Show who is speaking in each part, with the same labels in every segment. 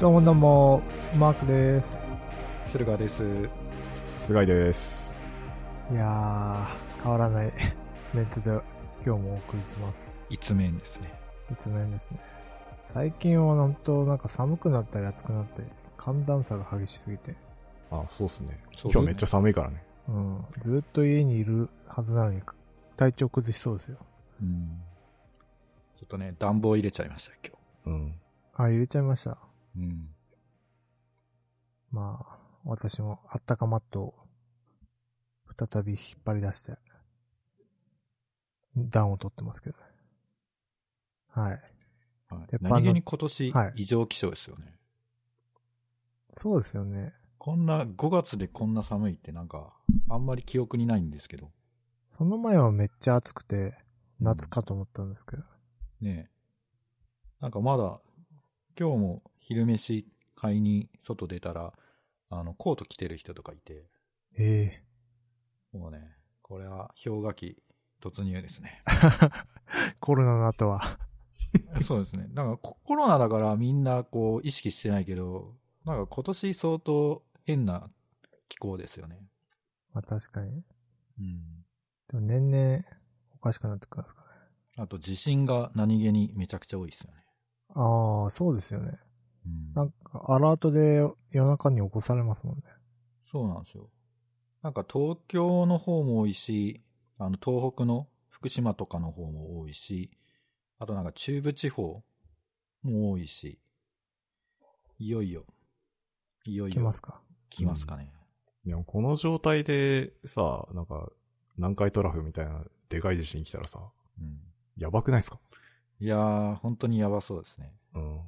Speaker 1: どうもどうも、マークです。
Speaker 2: 駿河です。
Speaker 3: 菅井です。
Speaker 1: いやー、変わらないメンツで今日もお送りします。
Speaker 2: 一面ですね。
Speaker 1: いつもやんですね。最近は本当なんか寒くなったり暑くなったり、寒暖差が激しすぎて、
Speaker 3: あ、そうっすね。
Speaker 2: そう
Speaker 3: 今日めっちゃ寒いからね。
Speaker 1: うん、ずっと家にいるはずなのに体調崩しそうですよ。
Speaker 2: うん。ちょっとね、暖房入れちゃいました、今
Speaker 3: うん。
Speaker 1: あ、入れちゃいました。
Speaker 2: 日。うん。
Speaker 1: まあ、私もあったかマットを再び引っ張り出して、暖を取ってますけどね。はい。
Speaker 2: はい
Speaker 1: 鉄板の
Speaker 2: 何気に今年
Speaker 1: はい、
Speaker 2: 異常気象ですよね。
Speaker 1: そうですよね。
Speaker 2: こんな、5月でこんな寒いってなんか、あんまり記憶にないんですけど。
Speaker 1: その前はめっちゃ暑くて、夏かと思ったんですけど。
Speaker 2: ねえ。なんかまだ、今日も昼飯買いに外出たら、あの、コート着てる人とかいて、
Speaker 1: え
Speaker 2: もうね、これは氷河期突入ですね。
Speaker 1: えコロナの後は。
Speaker 2: そうですね。なんかココロナだからみんなこう意識してないけど、なんか今年相当変な気候ですよね。
Speaker 1: まあ確かに。
Speaker 2: うん。
Speaker 1: でも年々おかしくなってきますからね。
Speaker 2: あと地震が何気にめちゃくちゃ多いですよね。
Speaker 1: ああ、そうですよね。
Speaker 2: う。
Speaker 1: なんんかアラートで夜中に起こされますもんね。
Speaker 2: そうなんですよ。なんか東京の方も多いし、あの東北の福島とかの方も多いし、あとなんか中部地方も多いし、いよいよ、いよいよ
Speaker 1: 来ますか。
Speaker 2: 来ますかね。
Speaker 3: いや、この状態でさ、なんか、南海トラフみたいなでかい地震来たらさ、
Speaker 2: うん。
Speaker 3: やばくないですか
Speaker 2: いやー、本当にやばそうですね。
Speaker 3: うん。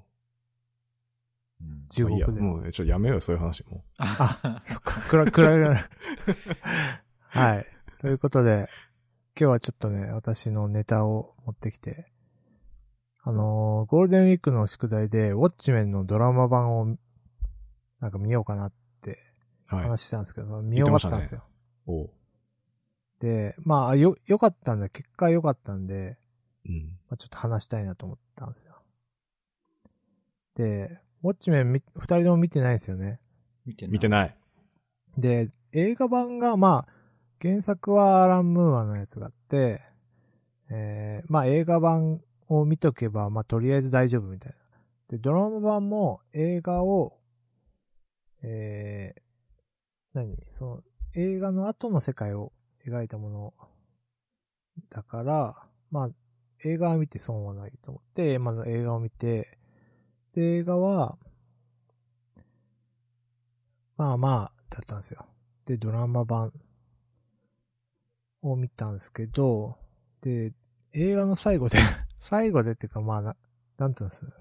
Speaker 2: うん
Speaker 1: 地獄
Speaker 3: いや、
Speaker 1: で。
Speaker 3: もう、ちょ、やめようよ、そういう話。も
Speaker 1: そっか、暗い、暗い暗い。 はい。ということで、今日はちょっとね、私のネタを持ってきて、あのーゴールデンウィークの宿題で、ウォッチメンのドラマ版を、なんか見ようかなって
Speaker 3: う。はい。
Speaker 1: 話したんですけど、見終わったんですよ。
Speaker 3: おう。
Speaker 1: で、まあ、よ、良かったんだ、結果良かったんで、
Speaker 3: うん。
Speaker 1: まあ、ちょっと話したいなと思ったんですよ。で、ウォッチメンみ、二人とも見てないんですよね。
Speaker 2: 見て
Speaker 3: 見て
Speaker 2: い。
Speaker 3: ない。
Speaker 1: で、映画版が、まあ、原作はアラン・ムーアのやつがあって、えーまあ映画版を見とけば、まあとりあえず大丈夫みたいな。で、ドラマ版も映画を、えー何その映画の後の世界を描いたものだから、まあ映画を見て損はないと思って、まず映画を見て、で、映画は、まあまあ、だったんですよ。で、ドラマ版を見たんですけど、で、映画の最後で、 最後でっていうかまあな、なんていうんですかね。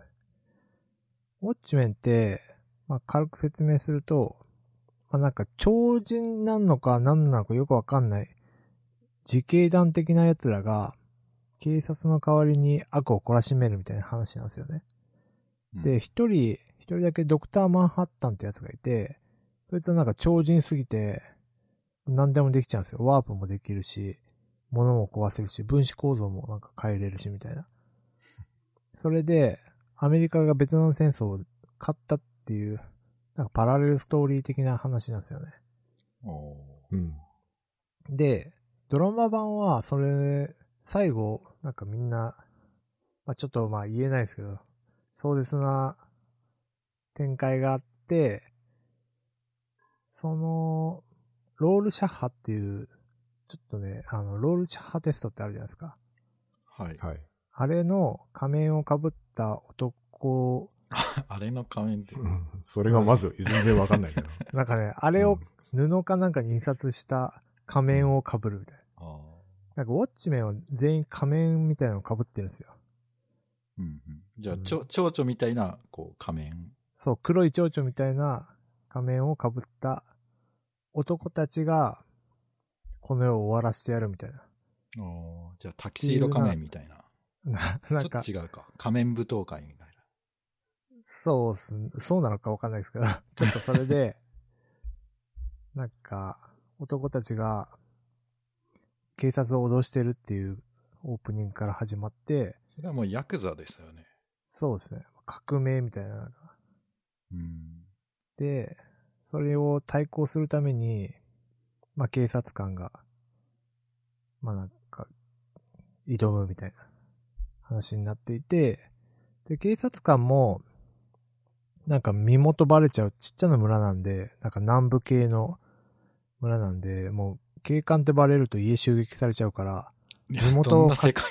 Speaker 1: ウォッチメンって、まあ軽く説明すると、まあなんか超人なのか何なのかよくわかんない、自警団的な奴らが、警察の代わりに悪を懲らしめるみたいな話なんですよね。
Speaker 2: うん
Speaker 1: で、、一人、一人だけドクター・マンハッタンってやつがいて、そいつはなんか超人すぎて、何でもできちゃうんですよ。ワープもできるし、物も壊せるし、分子構造もなんか変えれるしみたいな。それで、アメリカがベトナム戦争を勝ったっていう、なんかパラレルストーリー的な話なんですよね。
Speaker 2: おー
Speaker 3: うん。
Speaker 1: で、ドラマ版は、それ、最後、なんかみんな、まあ、ちょっとまあ言えないですけど、壮絶な展開があって、その、ロールシャッハっていう、ちょっとね、あの、ロールシャッハテストってあるじゃないですか。
Speaker 2: はい。
Speaker 3: はい。
Speaker 1: あれの仮面をかぶった男、
Speaker 2: あれの仮面って。
Speaker 3: うんそれがまず、全然わかんない けど。
Speaker 1: なんかね、あ
Speaker 3: あ
Speaker 1: れを布かなんかに印刷した仮面をかぶるみたいな。
Speaker 2: ああ。
Speaker 1: なんかウォッチメンは全員仮面みたいなのをかぶってるんですよ。
Speaker 2: うんうん。じゃあ、
Speaker 1: うん
Speaker 2: ちょ、蝶々みたいな、こう、仮面。
Speaker 1: そう、黒い蝶々みたいな仮面をかぶった男たちが、この世を終わらせてやるみたいな。
Speaker 2: おーじゃあ、タキシード仮面みたいな。
Speaker 1: ななんか、
Speaker 2: ちょっと違うか。仮面舞踏会みたい
Speaker 1: そうっす、そうなのかわかんないですけど、 ちょっとそれで、 なんか、男たちが、警察を脅してるっていうオープニングから始まって、
Speaker 2: な。それはもうヤクザですよね。
Speaker 1: そうですね、革命みたいな、
Speaker 2: うん。
Speaker 1: で、それを対抗するために、まあ、警察官が、まあ、なんか、挑むみたいな話になっていて、で、警察官も、なんか身元バレちゃうちっちゃな村なんで、なんか南部系の村なんで、もう警官ってバレると家襲撃されちゃうから、
Speaker 2: いや
Speaker 1: 身元を
Speaker 2: どんな世 界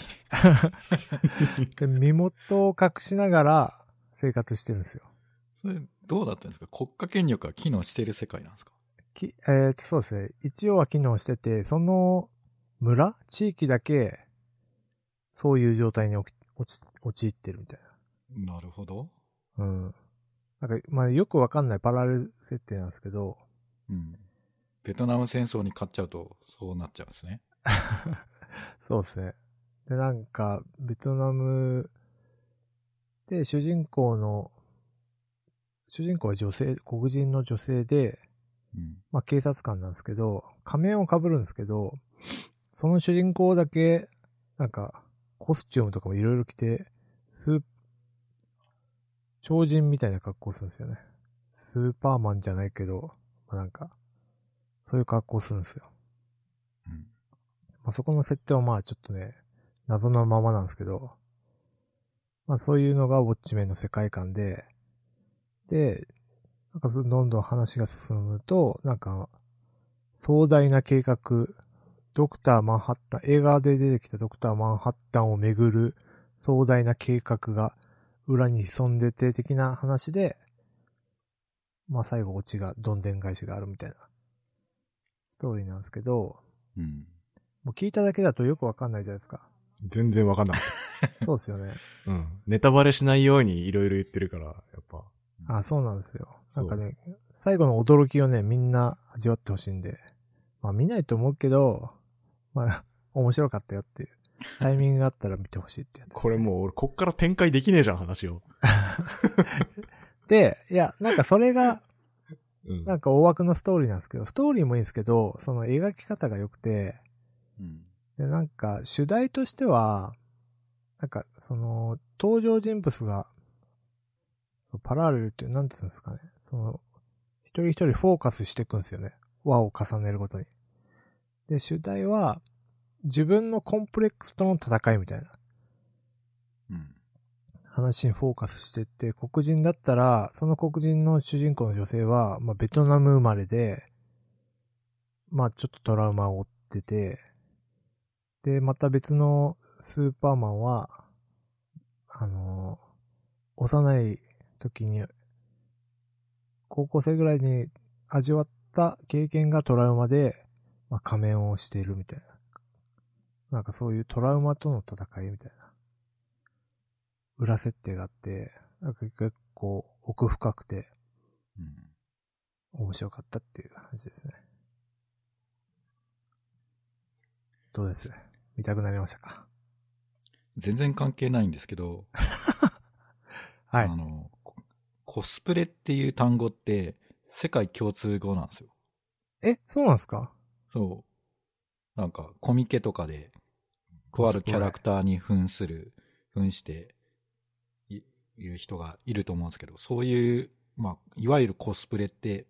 Speaker 1: で身元を隠しながら生活してるんですよ。
Speaker 2: それ、どうだったんですか国家権力が機能している世界なんですか
Speaker 1: きえーとそうですね。一応は機能してて、その村地域だけ、そういう状態におき落ち陥ってるみたい
Speaker 2: なるほど。
Speaker 1: な。うん。なんか、まあ、よくわかんないパラレル設定なんですけど、
Speaker 2: うん。ベトナム戦争に勝っちゃうと、そうなっちゃうんですね。
Speaker 1: そうですね。で、なんか、ベトナムで、主人公の、主人公は女性、黒人の女性で、
Speaker 2: うん。
Speaker 1: まあ、警察官なんですけど、仮面を被るんですけど、その主人公だけ、なんか、コスチュームとかもいろいろ着て、スー、超人みたいな格好するんですよね。スーパーマンじゃないけど、まあ、なんか、そういう格好するんですよ。
Speaker 2: うん。
Speaker 1: まあ、そこの設定はまあちょっとね、謎のままなんですけど、まあそういうのがウォッチメンの世界観で、で、なんかそどんどん話が進むと、なんか、壮大な計画、ドクターマンハッタン、映画で出てきたドクターマンハッタンをめぐる壮大な計画が裏に潜んでて的な話で、まあ最後オチがどんでん返しがあるみたいなストーリーなんですけど、
Speaker 2: うん。
Speaker 1: もう聞いただけだとよくわかんないじゃないです か。
Speaker 3: 全然わかんなかっ
Speaker 1: そうですよね。
Speaker 3: た。うん。ネタバレしないようにいろいろ言ってるから、やっぱ。
Speaker 1: あ、そうなんですよ。な
Speaker 3: そ
Speaker 1: ん
Speaker 3: う
Speaker 1: かね、最後の驚きをね、みんな味わってほしいんで。まあ見ないと思うけど、まあ、 面白かったよっていう。タイミングがあったら見てほしいってやつです。
Speaker 3: これもう俺、こっから展開できねえじゃん、話を。
Speaker 1: で、いや、なんかそれが、
Speaker 3: うん。
Speaker 1: なんか大枠のストーリーなんですけど、ストーリーもいいんですけど、その描き方が良くて、
Speaker 2: うん。
Speaker 1: で、なんか、主題としては、なんか、その、登場人物が、パラレルって、なんていうんですかね、その、一人一人フォーカスしていくんですよね。輪を重ねるごとに。で、主題は、自分のコンプレックスとの戦いみたいな
Speaker 2: うん。
Speaker 1: 話にフォーカスしてって、黒人だったら、その黒人の主人公の女性は、まあ、ベトナム生まれで、まあ、ちょっとトラウマを負ってて、で、また別のスーパーマンは、あの、幼い時に、高校生ぐらいに味わった経験がトラウマで、まあ、仮面をしているみたいな。なんかそういうトラウマとの戦いみたいな。裏設定があって、なんか結構奥深くて
Speaker 2: うん。
Speaker 1: 面白かったっていう話ですね。どうです見たくなりましたか
Speaker 2: 全然関係ないんですけど、
Speaker 1: はい
Speaker 2: あ。の、ココスプレっていう単語って、世界共通語なんですよ。
Speaker 1: え、そうなんですか
Speaker 2: そう。なんか、コミケとかで、とあるキャラクターに扮する、扮してい、いる人がいると思うんですけど、そういう、まあ、いわゆるコスプレって、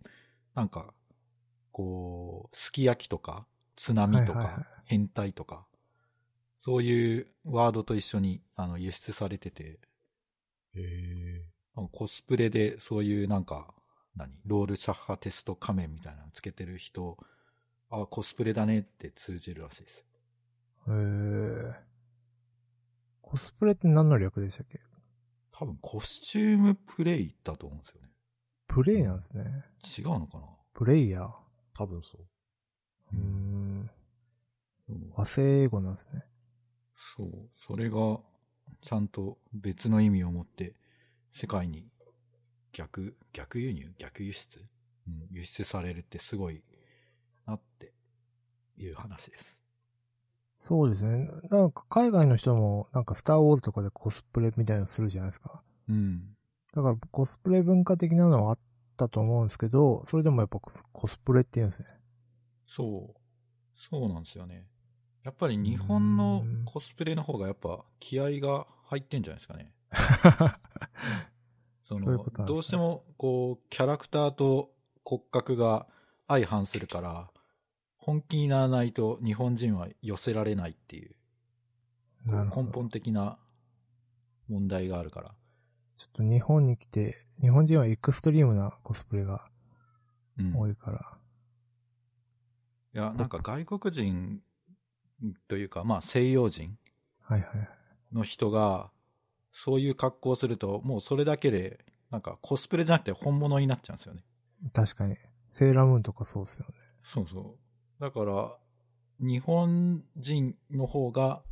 Speaker 2: なんか、こう、すき焼きとか、津波と
Speaker 1: はいはいはい
Speaker 2: か、変態とか、そういうワードと一緒に、あの、輸出されてて、
Speaker 3: えー、
Speaker 2: コスプレでそういうなんか、何ロールシャッハテスト仮面みたいなのつけてる人、あ、コスプレだねって通じるらしいです。
Speaker 1: へー。コスプレって何の略でしたっけ
Speaker 2: 多分コスチュームプレイだと思うんですよね。
Speaker 1: プレイなんですね。
Speaker 2: 違うのかな
Speaker 1: プレイヤー。
Speaker 3: 多分そう。
Speaker 1: うーん。
Speaker 2: うん
Speaker 1: 和製英語なんですね。
Speaker 2: そう。それが、ちゃんと別の意味を持って、世界に逆、逆輸入逆輸出、うん、輸出されるってすごいなっていう話です。
Speaker 1: そうですね。なんか海外の人も、なんかスターウォーズとかでコスプレみたいのするじゃないですか。
Speaker 2: うん。
Speaker 1: だからコスプレ文化的なのはあったと思うんですけど、それでもやっぱコスコスプレって言うんですね。
Speaker 2: そう。そうなんですよね。やっぱり日本の
Speaker 1: うん
Speaker 2: コスプレの方がやっぱ気合が入ってんじゃないですかね。
Speaker 1: そ
Speaker 2: そ
Speaker 1: ういう
Speaker 2: の
Speaker 1: ことなんですね
Speaker 2: どうしてもこうキャラクターと骨格が相反するから本気にならないと日本人は寄せられないっていう
Speaker 1: なるほ
Speaker 2: 根
Speaker 1: ど。
Speaker 2: 本的な問題があるから
Speaker 1: ちょっと日本に来て、日本人はエクストリームなコスプレが
Speaker 2: うん
Speaker 1: 多いから。
Speaker 2: いや、なんか外国人というか、まあ西洋人
Speaker 1: はいはいはい。
Speaker 2: の人が、そういう格好をすると、もうそれだけで、なんかコスプレじゃなくて本物になっちゃうんですよね。
Speaker 1: 確かに。セーラームーンとかそうですよね。
Speaker 2: そうそう。だから、日本人の方が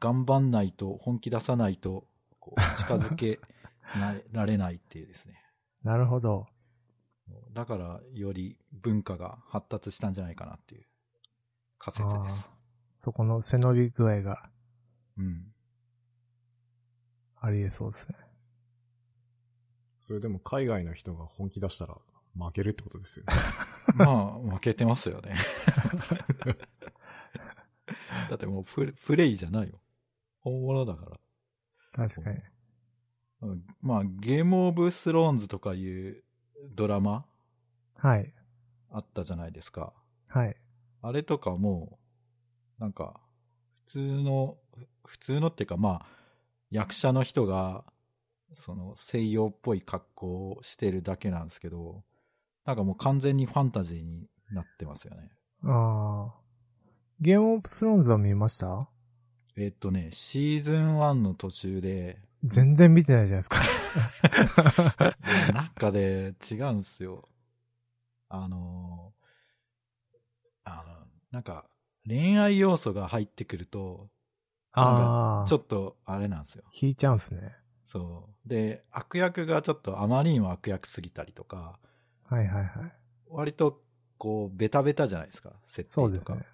Speaker 2: 頑張んないと、本気出さないと、こう近づけなられないっていうですね。
Speaker 1: なるほど。
Speaker 2: だから、より文化が発達したんじゃないかなっていう仮説です。
Speaker 1: そこの背伸び具合が
Speaker 2: うん。
Speaker 1: ありえそうですね。
Speaker 3: それでも海外の人が本気出したら負けるってことですよね。
Speaker 2: まあ、負けてますよ ね。だってもうプレプレイじゃないよ。本物だから。
Speaker 1: 確かに。
Speaker 2: うんまあ、ゲームオブスローンズとかいうドラマ
Speaker 1: はい。
Speaker 2: あったじゃないですか。
Speaker 1: はい。
Speaker 2: あれとかも、なんか、普通の、普通のっていうかまあ、役者の人が、その西洋っぽい格好をしてるだけなんですけど、なんかもう完全にファンタジーになってますよね。
Speaker 1: ああ。ゲームオブスローンズは見ました
Speaker 2: えっとね、シーズン1の途中で、
Speaker 1: 全然見てないじゃないですか。
Speaker 2: なんかで違うんですよ。あのーあの、なんか、恋愛要素が入ってくると、
Speaker 1: ああ。
Speaker 2: ちょ
Speaker 1: っと。
Speaker 2: っとあれなんですよ。
Speaker 1: 引いちゃうんすね。
Speaker 2: そう。で、悪役がちょっとあまりにも悪役すぎたりとか、
Speaker 1: はいはいはい。
Speaker 2: 割と、こう、ベタベタじゃないですか、設定とか。
Speaker 1: そうですね。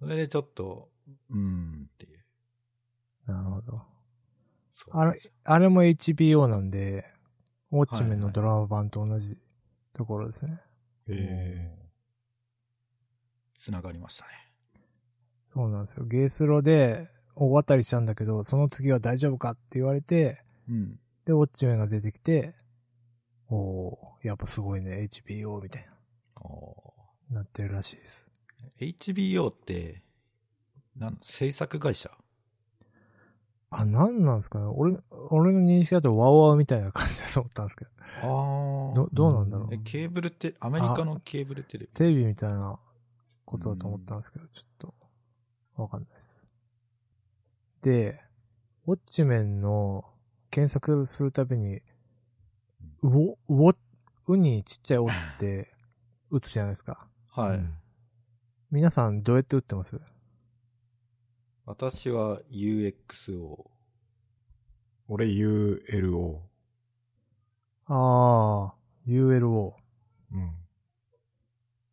Speaker 2: それでちょっと、うーんっていう。
Speaker 1: なるほど。
Speaker 2: そうなんですよ
Speaker 1: あれも HBO なんで、ウォッチメンのドラマ版と同じところですね。
Speaker 3: え
Speaker 2: つながりましたね。
Speaker 1: そうなんですよ。ゲースロで大当たりしたんだけど、その次は大丈夫かって言われて、
Speaker 2: うん。
Speaker 1: で、ウォッチメンが出てきて、おー、やっぱすごいね、HBO みたい
Speaker 2: おー
Speaker 1: な、なってるらしいです。
Speaker 2: HBO って、なん制作会社
Speaker 1: あ、なんなんですかね俺、俺の認識だとワオワオみたいな感じだと思ったんですけ
Speaker 2: あ
Speaker 1: ど、
Speaker 2: あ
Speaker 1: ど、どうなんだろう
Speaker 2: え、。ケーブルって、アメリカのケーブルテレビ。
Speaker 1: テレビみたいなことだと思ったんですけど、ちょっと、わかんないです。で、ウォッチメンの検索するたびに、うお、うお、うにちっちゃいおって打つじゃないですか。
Speaker 2: はい。
Speaker 1: 皆さんどうやって打ってます
Speaker 2: 私は UXO。
Speaker 3: 俺 ULO。
Speaker 1: あー、ULO。
Speaker 3: うん。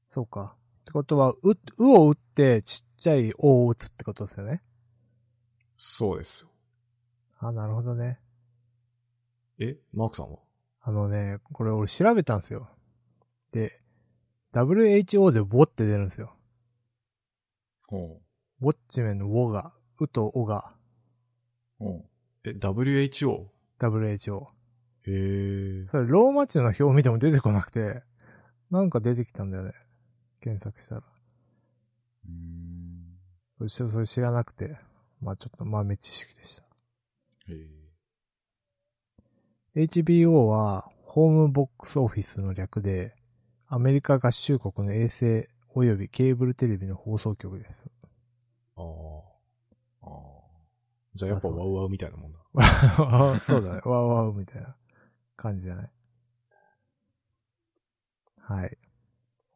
Speaker 1: そうか。ってことは、う、うを打ってちっちゃいおを打つってことですよね。
Speaker 3: そうですよ。
Speaker 1: あ、なるほどね。
Speaker 3: え、マークさんは
Speaker 1: あのね、これ俺調べたんですよ。で、WHO でボって出るんですよ。
Speaker 2: ほ
Speaker 1: ウォッチメンのウォが、ウとオが
Speaker 2: う。ほ
Speaker 3: え、WHO?
Speaker 1: WHO。
Speaker 3: へえ。
Speaker 1: それローマ字の表を見ても出てこなくて、なんか出てきたんだよね。検索したら。
Speaker 2: う。うー
Speaker 1: そ
Speaker 2: ん。
Speaker 1: してそれ知らなくて、まあちょっと豆知識でした。
Speaker 2: へえ。
Speaker 1: HBO は、ホームボックスオフィスの略で、アメリカ合衆国の衛星及びケーブルテレビの放送局です。
Speaker 3: ああ。
Speaker 2: ああ。
Speaker 3: じゃあやっぱ
Speaker 1: あそう
Speaker 3: ワウワウみたいなもんだ。
Speaker 1: そう だね。わうわうみたいな感じじゃない。はい。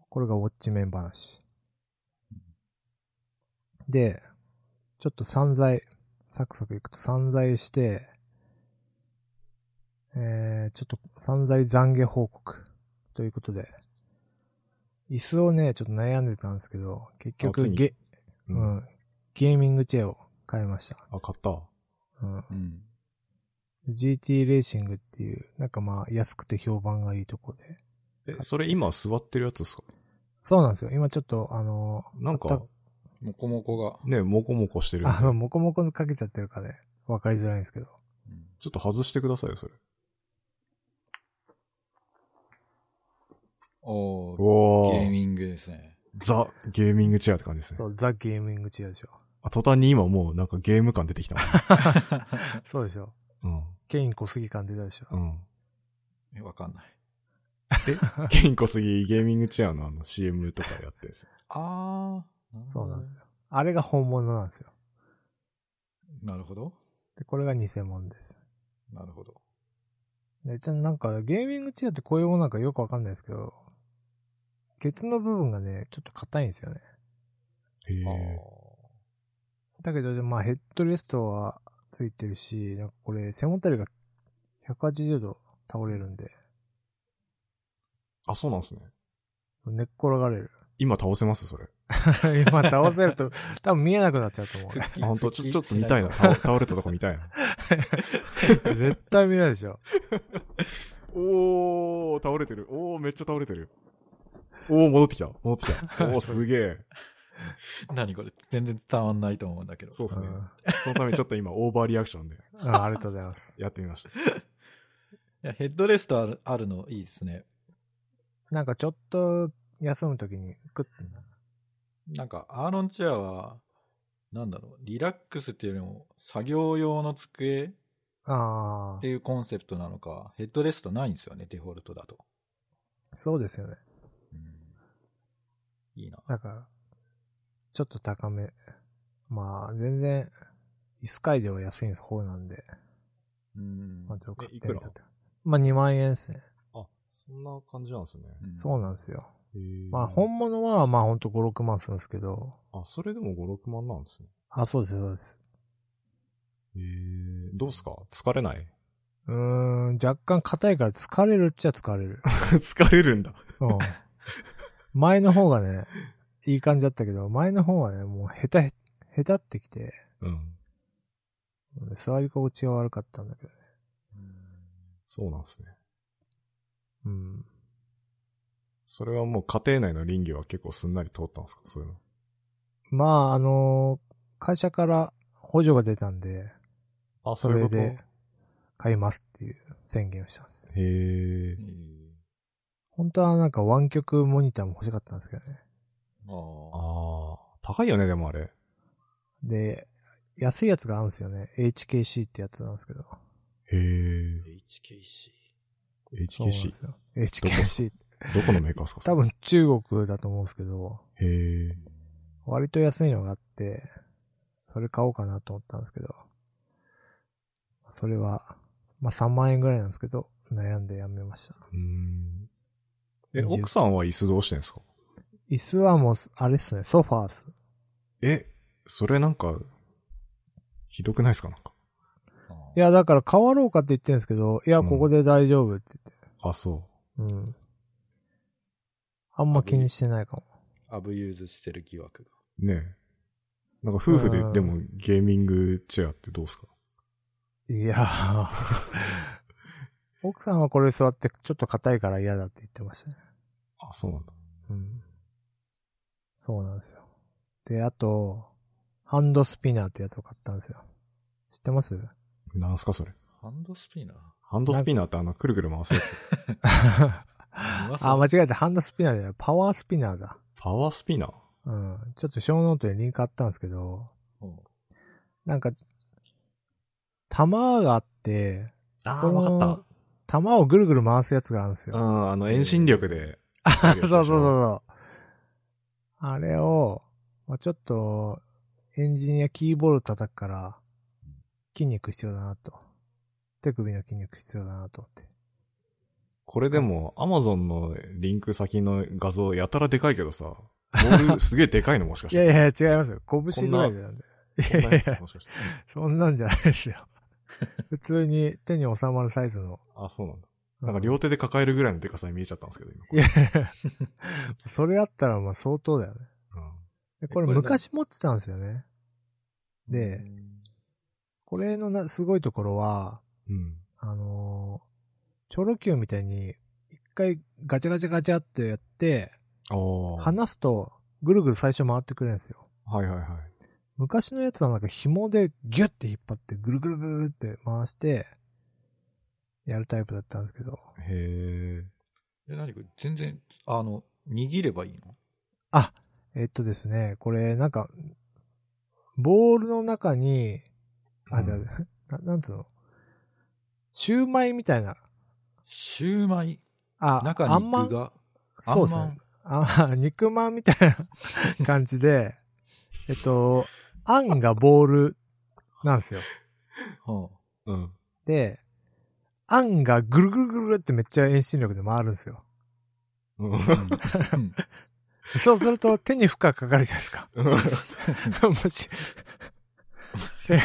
Speaker 1: これがウォッチメン話。で、ちょっと散財、サクサクいくと散財して、えー、ちょっと散財懺悔報告ということで、椅子をね、ちょっと悩んでたんですけど、結
Speaker 3: あつ
Speaker 1: 局
Speaker 3: いに
Speaker 1: ゲ、
Speaker 3: う
Speaker 1: う。ん、ゲーミングチェアを買いました。
Speaker 3: あ、買った。
Speaker 1: うん
Speaker 2: うん。
Speaker 1: GT レーシングっていう、なんかまあ安くて評判がいいとこで。
Speaker 3: え、それ今座ってるやつですか
Speaker 1: そうなんですよ。今ちょっとあの
Speaker 3: なんか、
Speaker 2: もこもこが。
Speaker 3: ね、もこもこしてる
Speaker 1: ー、
Speaker 3: んで
Speaker 1: あの、モコモコのかけちゃってるからね、わかりづらいんですけど。
Speaker 2: うん
Speaker 3: ちょっと外してくださいよ、それ。
Speaker 2: おー
Speaker 3: お
Speaker 2: ゲー
Speaker 3: ー、
Speaker 2: ミングですね。
Speaker 3: ザ・ゲーミングチェアって感じです
Speaker 1: そ
Speaker 3: ね。
Speaker 1: う、ザ・ゲーミングチェアで しょ。
Speaker 3: あ途端に今もうなんかゲーム感出てきた
Speaker 1: そうでしょ。
Speaker 3: もん。
Speaker 1: ケイン小杉感出たでしょ
Speaker 3: う。ん。うん。
Speaker 2: えわかんない。
Speaker 3: ケイン小杉ゲーミングチェアのあの CM とかやってるんですよ。
Speaker 2: ああ。
Speaker 1: そうなんです
Speaker 2: よ。
Speaker 1: よ。あれが本物なんですよ。
Speaker 2: なるほど。
Speaker 1: で、これが偽物です。
Speaker 2: なるほど。
Speaker 1: で、じゃあなんか、ゲーミングチェアってこういうものなんかよくわかんないですけど、ケツの部分がね、ちょっと硬いんですよね。
Speaker 3: へ
Speaker 2: あ
Speaker 3: え。
Speaker 2: ー
Speaker 1: だけど、まあヘッドレストはついてるし、なんかこれ、背もたれが180度倒れるんで、
Speaker 3: あ、そうなんですね。
Speaker 1: 寝っ転がれる。
Speaker 3: 今倒せますそれ。
Speaker 1: 今倒せると、多分見えなくなっちゃうと思う。
Speaker 3: あ、本当ちょ、ちょっと見たいな。
Speaker 2: し
Speaker 3: 倒倒れたとこ見たい な。
Speaker 1: 絶対見えないでしょ。
Speaker 3: おー、倒れてる。おー、めっちゃ倒れてる。おー、戻ってきた。戻ってきた。 おー、すげえ。
Speaker 2: 何これ全然伝わんないと思うんだけど。
Speaker 3: そうですね
Speaker 1: う。ん
Speaker 3: そのためにちょっと今、オーバーリアクションで
Speaker 1: うんありがとうございます。
Speaker 3: やってみました。
Speaker 2: いやヘッドレストあるあるのいいですね。
Speaker 1: なんかちょっと休むときにクッてなる
Speaker 2: なんか、アーロンチェアは、なんだろう、リラックスっていうよりも、作業用の机っ
Speaker 1: あ
Speaker 2: ていうコンセプトなのか、ヘッドレストないんですよね、デフォルトだと。
Speaker 1: あ、そうですよね。
Speaker 2: いいな。
Speaker 1: だから、ちょっと高め。まあ、全然、椅子界では安い方なんで、
Speaker 2: うん
Speaker 1: まあ、ちょっと買
Speaker 2: え
Speaker 1: っ
Speaker 2: い
Speaker 1: て
Speaker 2: く
Speaker 1: み
Speaker 2: ら
Speaker 1: たって。まあ、2万円ですね。
Speaker 3: あ、そんな感じなんですね。
Speaker 2: うん
Speaker 1: そうなんですよ。
Speaker 3: へー
Speaker 1: まあ、本物は、まあ、ほんと5、6万するんですけど、
Speaker 3: あ、それでも5、6万なんですね。
Speaker 1: あ、そうです、そうです。
Speaker 3: へえ。どうっすか疲れない
Speaker 1: うーん、若干硬いから疲れるっちゃ疲れる。
Speaker 3: 疲れるんだ。
Speaker 1: うん。前の方がね、いい感じだったけど、前の方はね、もう下手、下手ってきて、
Speaker 3: うん。
Speaker 1: 座り心地が悪かったんだけどね。
Speaker 3: そうなんですね。
Speaker 1: うん。
Speaker 3: それはもう家庭内の倫理は結構すんなり通ったんですかそういうの。
Speaker 1: まあ、あの会社から補助が出たんで、
Speaker 3: あ、
Speaker 1: それで買いますっていう宣言をしたんです。
Speaker 3: へえ
Speaker 2: う。ん
Speaker 1: 本当はなんか湾曲モニターも欲しかったんですけどね。
Speaker 2: あ
Speaker 3: あ
Speaker 2: あ。
Speaker 3: あ、高いよね、でもあれ。
Speaker 1: で、安いやつがあるんですよね。HKC ってやつなんですけど。
Speaker 3: へえ。
Speaker 2: HKC。
Speaker 1: そうなんで
Speaker 3: HTC。
Speaker 1: すよ。HKC。
Speaker 3: どこのメーカーですかそ
Speaker 1: 多
Speaker 3: れ
Speaker 1: 分中国だと思うんですけど、
Speaker 3: へえ。
Speaker 1: 割と安いのがあって、それ買おうかなと思ったんですけど、それは、まあ3万円ぐらいなんですけど、悩んでやめました。
Speaker 3: うーん。え、
Speaker 1: 20
Speaker 3: 奥さんは椅子どうしてんですか
Speaker 1: 椅子はもう、あれっすね、ソファーっす。
Speaker 3: え、それなんか、ひどくないですかなんか。
Speaker 1: いや、だから変わろうかって言ってるんですけど、いや、
Speaker 3: うん
Speaker 1: ここで大丈夫って
Speaker 3: あ、そ
Speaker 1: 言って。うん。あんま気にしてないかも。
Speaker 2: アブユーズしてる疑惑が。
Speaker 3: う。ねえ。なんか夫婦で
Speaker 1: うん、
Speaker 3: でもゲーミングチェアってどうですか
Speaker 1: いやー奥さんはこれ座ってちょっと硬いから嫌だって言ってましたね。
Speaker 3: あ、そうなんだ。
Speaker 1: うん。そうなんですよ。で、あと、ハンドスピナーってやつを買ったんですよ。知ってます
Speaker 3: なんすかそれ。
Speaker 2: ハンドスピナー
Speaker 3: ハンドスピナーってあの、くるくる回す やつ。
Speaker 1: あ、
Speaker 2: 見ます
Speaker 1: 間違えた。ハンドスピナーじゃない。パワースピナーだ。
Speaker 3: パワースピナー
Speaker 1: うん。ちょっと小ノートにリンクあったんですけど、
Speaker 2: うん
Speaker 1: なんか、玉があって、
Speaker 3: あ
Speaker 1: その玉をぐるぐる回すやつがあるんです
Speaker 3: う
Speaker 1: よ。
Speaker 3: ん、あの、遠心力で。
Speaker 1: そうそうそうそう。あれを、まあ、ちょっと、エンジンやキーボード叩くから、筋肉必要だなと。手首の筋肉必要だなと思って。
Speaker 3: これでも、アマゾンのリンク先の画像、やたらでかいけどさ、ボールすげえでかいのもしかし
Speaker 1: い
Speaker 3: て。
Speaker 1: やいや、違いますよ。拳ぐらいなんで。いやい
Speaker 3: こんな
Speaker 1: や
Speaker 3: や
Speaker 1: い
Speaker 3: つ
Speaker 1: や、
Speaker 3: もしかして。
Speaker 1: そんなんじゃないですよ。普通に手に収まるサイズ の。
Speaker 3: あ、そうなんだ。
Speaker 1: う
Speaker 3: なんか両手で抱えるぐらいのでかさに見えちゃったんですけど、今。
Speaker 1: いやいやいやそれあったらまあ相当だよね。
Speaker 3: うん
Speaker 1: でこれ
Speaker 2: これな
Speaker 1: 昔持ってたんですよね。で、これのなすごいところは、
Speaker 3: うん。
Speaker 1: あのー、チョロ Q みたいに、一回ガチャガチャガチャってやって、
Speaker 3: おー。
Speaker 1: 離すと、ぐるぐる最初回ってくれるんですよ。
Speaker 3: はいはいはい。
Speaker 1: 昔のやつはなんか紐でギュッて引っ張って、ぐるぐるぐるって回して、やるタイプだったんですけど、
Speaker 3: へえ。
Speaker 2: え、何これ全然、あの、握ればいいの
Speaker 1: あ、えっとですね、これ、なんか、ボールの中に、
Speaker 3: う
Speaker 1: あ、
Speaker 3: ん
Speaker 1: じゃあ、ななんつうのシューマイみたいな。
Speaker 2: シューマイ、
Speaker 1: あ、
Speaker 2: 中
Speaker 1: あ
Speaker 2: に
Speaker 1: んま
Speaker 2: 肉
Speaker 1: ん
Speaker 2: が。
Speaker 1: そうですね。あ、肉まんみたいな感じで、えっと、あんがボールなんですよ。
Speaker 2: あんまんは
Speaker 3: うん。
Speaker 1: で、あんがぐるぐるぐるぐるってめっちゃ遠心力で回るんですよ。
Speaker 3: う
Speaker 2: あ
Speaker 3: ん
Speaker 2: うん
Speaker 1: そうすると手に負荷かかるじゃないですか。 もし、手、手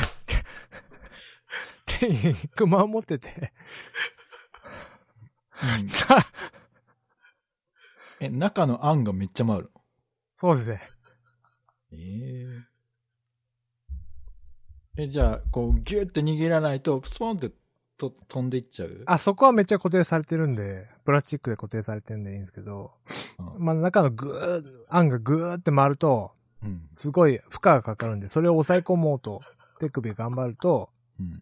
Speaker 1: 手に肉まん持ってて、
Speaker 2: うんえ、中のあんがめっちゃ回るの
Speaker 1: そうですね。
Speaker 2: えええ、じゃあ、こう、ギュって握らないと、スポンってと飛んでいっちゃう
Speaker 1: あ、そこはめっちゃ固定されてるんで、プラスチックで固定されてるんでいいんですけど、
Speaker 2: うん
Speaker 1: まあ中のぐー、あんがぐーって回ると、
Speaker 2: うん。
Speaker 1: すごい負荷がかかるんで、それを抑え込もうと、手首頑張ると、
Speaker 2: うん。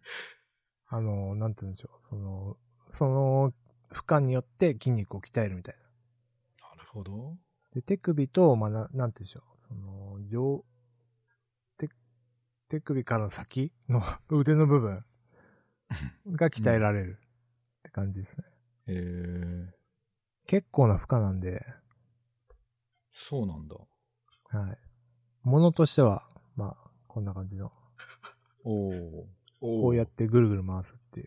Speaker 1: あの、なんて言うんでしょう、その、その負荷によって筋肉を鍛えるみたいな。
Speaker 2: なるほど。
Speaker 1: で、手首と、まあ、ななんて言うんでしょう、その、上、手、手首から先の 腕の部分が鍛えられるって感じですね。
Speaker 2: ええ
Speaker 1: 結構な負荷なんで、
Speaker 2: そうなんだ。
Speaker 1: はい。ものとしては、まあ、こんな感じの、
Speaker 2: おお。
Speaker 1: こ
Speaker 3: こ
Speaker 1: うやってぐるぐる回すって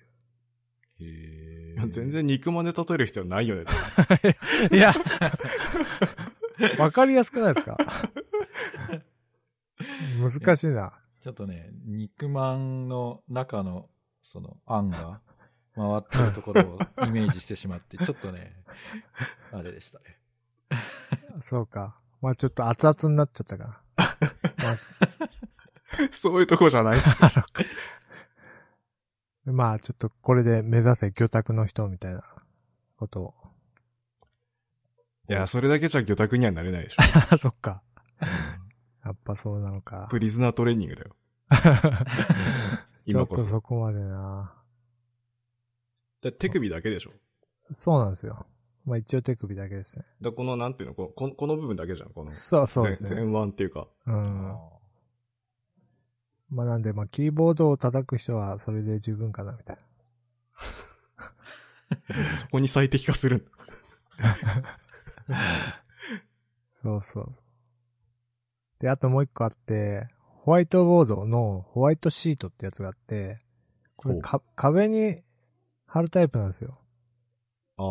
Speaker 1: いう。
Speaker 2: へえ。
Speaker 3: 全然肉まんで例える必要な いよね。
Speaker 1: いや、わかりやすくないです か難しいな。
Speaker 2: ちょっとね、肉まんの中の、その、あんが回ってるところをイメージしてしまって、ちょっ とね、あれでしたね。
Speaker 1: そうか。まあちょっと熱々になっちゃったか
Speaker 3: そういうとこじゃない っす。
Speaker 1: な。まあちょっとこれで目指せ魚拓の人みたいなことを。
Speaker 3: いや、それだけじゃ魚拓にはなれないでしょ。
Speaker 1: あ、 そっか。やっぱそうなのか。
Speaker 3: プリズナートレーニングだよ。
Speaker 1: ちょ
Speaker 3: 今
Speaker 1: っ
Speaker 3: ことそ。だか
Speaker 1: そこまでな。
Speaker 3: ら手首だけでしょ。
Speaker 1: そうなんですよ。まあ一応手首だけですね。
Speaker 3: だからこの、なんていうの、こここの部分だけじゃん、この。
Speaker 1: そうそうです
Speaker 3: 前
Speaker 1: ね。
Speaker 3: 腕っていうか。
Speaker 1: うん。まあなんで、まあキーボードを叩く人はそれで十分かなみたいな。
Speaker 3: そこに最適化するんだ。
Speaker 1: そうそう。で、あともう一個あって、ホワイトボードのホワイトシートってやつがあって、これか壁に貼るタイプなんですよ。
Speaker 3: あ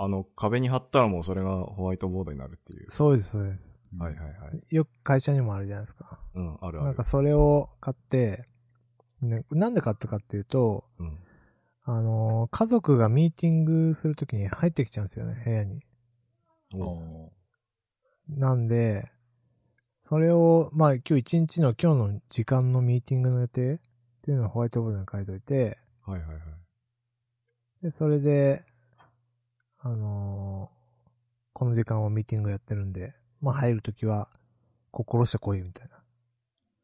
Speaker 3: あ、あの、壁に貼ったらもうそれがホワイトボードになるっていう。
Speaker 1: そうです、そうです。
Speaker 3: はいはいはい。
Speaker 1: よく会社にもあるじゃないですか。
Speaker 3: うん、あるある。
Speaker 1: なんかそれを買って、ねなんで買ったかっていうと、
Speaker 3: うん。
Speaker 1: あのー家族がミーティングするときに入ってきちゃうんですよね、部屋に。
Speaker 3: お
Speaker 2: お
Speaker 1: なんで、それを、まあ今日一日の今日の時間のミーティングの予定っていうのをホワイトボードに書いといて、
Speaker 3: はいはいはい。
Speaker 1: で、それで、あのーこの時間はミーティングやってるんで、まあ入るときは、心してこいよみたいな。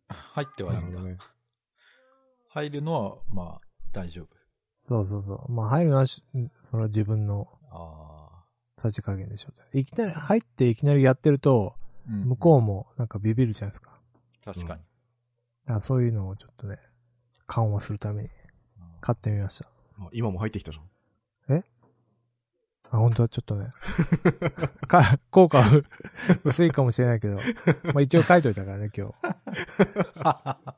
Speaker 2: ー入ってはい
Speaker 3: ない
Speaker 2: ん
Speaker 3: るほ
Speaker 2: だ
Speaker 3: ど。ね。
Speaker 2: 入るのは、まあ、大丈夫。
Speaker 1: そうそうそう。まあ入るのはし、んそれは自分の
Speaker 2: あ
Speaker 1: さじ加減でしょう。いきなり、入っていきなりやってると、
Speaker 2: あ。ん
Speaker 1: 向こうもなんかビビるじゃないですか。
Speaker 2: 確かに。
Speaker 1: だからそういうのをちょっとね、緩和するために買ってみました。
Speaker 3: あ今も入ってきたじゃん。
Speaker 1: あ、本当はちょっとね、か効果は 薄いかもしれないけど、まあ一応書いといたからね、今日。
Speaker 2: まあ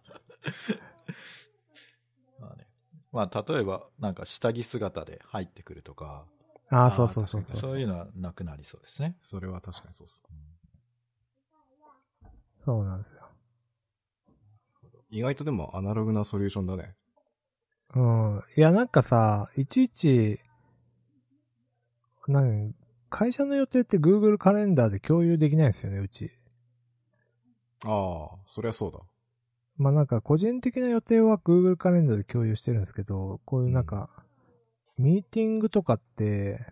Speaker 2: ね。まあ、例えば、なんか下着姿で入ってくるとか。
Speaker 1: ああ、そうそうそう
Speaker 2: 確かに
Speaker 1: そう。
Speaker 2: そういうのはなくなりそうですね。
Speaker 3: それは確かにそうっす。
Speaker 1: そうなんですよ。
Speaker 3: 意外とでもアナログなソリューションだね。
Speaker 1: うん。いや、なんかさ、いちいち、なん会社の予定って Google カレンダーで共有できないんですよね、うち。
Speaker 3: ああ、そりゃそうだ。
Speaker 1: まあなんか個人的な予定は Google カレンダーで共有してるんですけど、こういうなんか、ミーティングとかって、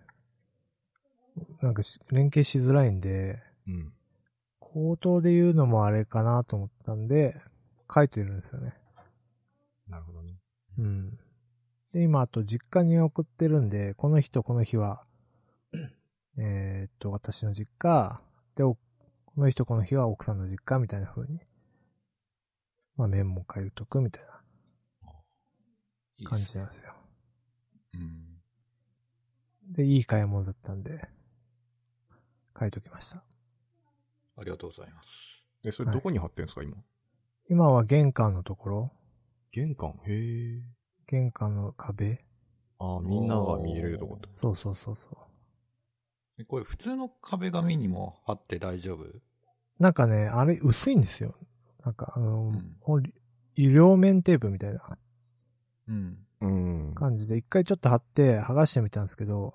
Speaker 1: なんかし連携しづらいんで、
Speaker 3: うん。
Speaker 1: 口頭で言うのもあれかなと思ったんで、書いてるんですよね。
Speaker 3: なるほどね。
Speaker 1: うん。で、今、あと実家に送ってるんで、この日とこの日は、えーっと、私の実家、で、おこの日とこの日は奥さんの実家みたいな風に、まあ、メモ書いとくみたいない
Speaker 2: い
Speaker 1: 感
Speaker 2: で
Speaker 1: じ
Speaker 2: す
Speaker 1: な
Speaker 2: ね
Speaker 1: んですよ。
Speaker 2: うん。
Speaker 1: で、いい買い物だったんで、書いときました。
Speaker 2: ありがとうございます。
Speaker 3: え、それどこに貼ってるんですか、今。
Speaker 1: 今は玄関のところ、
Speaker 3: 玄関へえ。
Speaker 1: 玄関の壁
Speaker 3: ああ、みんなが見れるとこって。
Speaker 1: そうそうそうそう。
Speaker 2: えこれ普通の壁紙にも貼って大丈夫
Speaker 1: なんかね、あれ薄いんですよ。なんか、あの
Speaker 2: ん、
Speaker 1: ほん両面テープみたいな
Speaker 2: うん。
Speaker 3: うん。
Speaker 1: 感じで、一回ちょっと貼って剥がしてみたんですけど、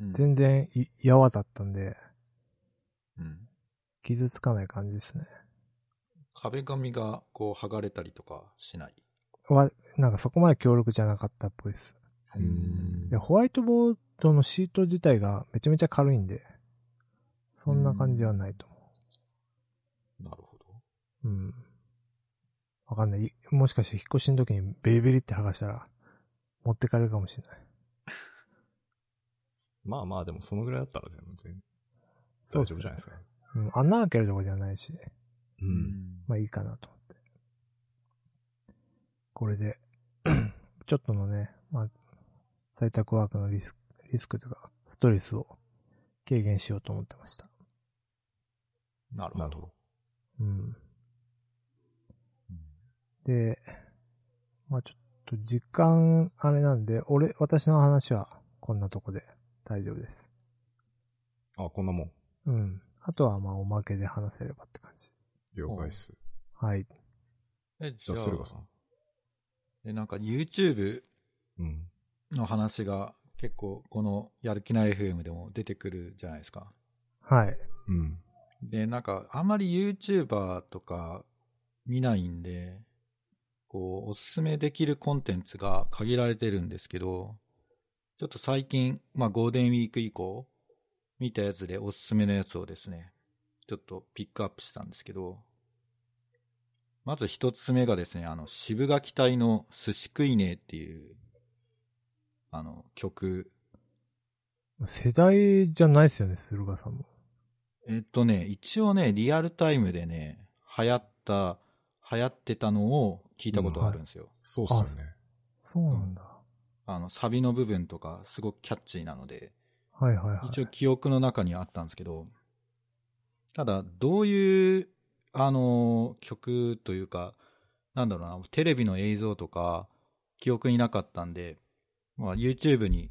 Speaker 2: うん
Speaker 1: 全然い柔だったんで、
Speaker 2: うん。
Speaker 1: 傷つかない感じですね。
Speaker 2: 壁紙がこう剥がれたりとかしない。
Speaker 1: わなんかそこまで強力じゃなかったっぽいです。
Speaker 3: うん
Speaker 1: で、ホワイトボードのシート自体がめちゃめちゃ軽いんで、そんな感じはないと思
Speaker 2: なるほど。
Speaker 1: う。うん。わかんない。いもしかして引っ越しの時にベリベリって剥がしたら、持ってかれるかもしれない。
Speaker 3: まあまあ、でもそのぐらいだったら全然
Speaker 1: そう
Speaker 3: 大
Speaker 1: っ
Speaker 3: 丈
Speaker 1: すね
Speaker 3: 夫じゃないですか。
Speaker 1: うん、穴開けるとこじゃないし。
Speaker 3: う。
Speaker 2: うん
Speaker 1: まあいいかなと思って。これで、 ちょっとのね、まあ、在宅ワークのリスク、リスクというか、ストレスを軽減しようと思ってました。
Speaker 2: なるほ
Speaker 3: なる
Speaker 2: ど。
Speaker 3: ほど。
Speaker 1: うん。
Speaker 2: うん
Speaker 1: で、まあちょっと時間、あれなんで、俺、私の話はこんなとこで大丈夫です。
Speaker 3: あ、こんなもん。
Speaker 1: うん。あとはまあおまけで話せればって感じ。
Speaker 3: 了解っす。
Speaker 1: はい。
Speaker 2: え、じ
Speaker 3: じゃ
Speaker 2: ゃ
Speaker 3: あ、
Speaker 2: あ、
Speaker 3: 駿河さん。
Speaker 2: えなんか YouTube
Speaker 3: うん。
Speaker 2: の話が結構このやる気ない FM でも出てくるじゃないですか。
Speaker 1: はい。
Speaker 3: うん。
Speaker 2: で、なんかあんまり YouTuber とか見ないんで、こう、おすすめできるコンテンツが限られてるんですけど、ちょっと最近、まあゴールデンウィーク以降、見たやつでおすすめのやつをですね、ちょっとピックアップしたんですけど、まず一つ目がですね、あの、渋垣隊の寿司食いねえっていう、あの、曲
Speaker 1: 世代じゃないですよね、駿河さんも。
Speaker 2: えっとね、一応ね、リアルタイムでね、流行った、流行ってたのを聞いたことがあるんですよ。
Speaker 3: そうっすよね。
Speaker 1: そうなんだ。
Speaker 2: あの、サビの部分とか、すごくキャッチーなので、
Speaker 1: はいはいはい。
Speaker 2: 一応記憶の中にはあったんですけど、ただ、どういう、あの、曲というか、なんだろうな、テレビの映像とか、記憶になかったんで、まあ、YouTube に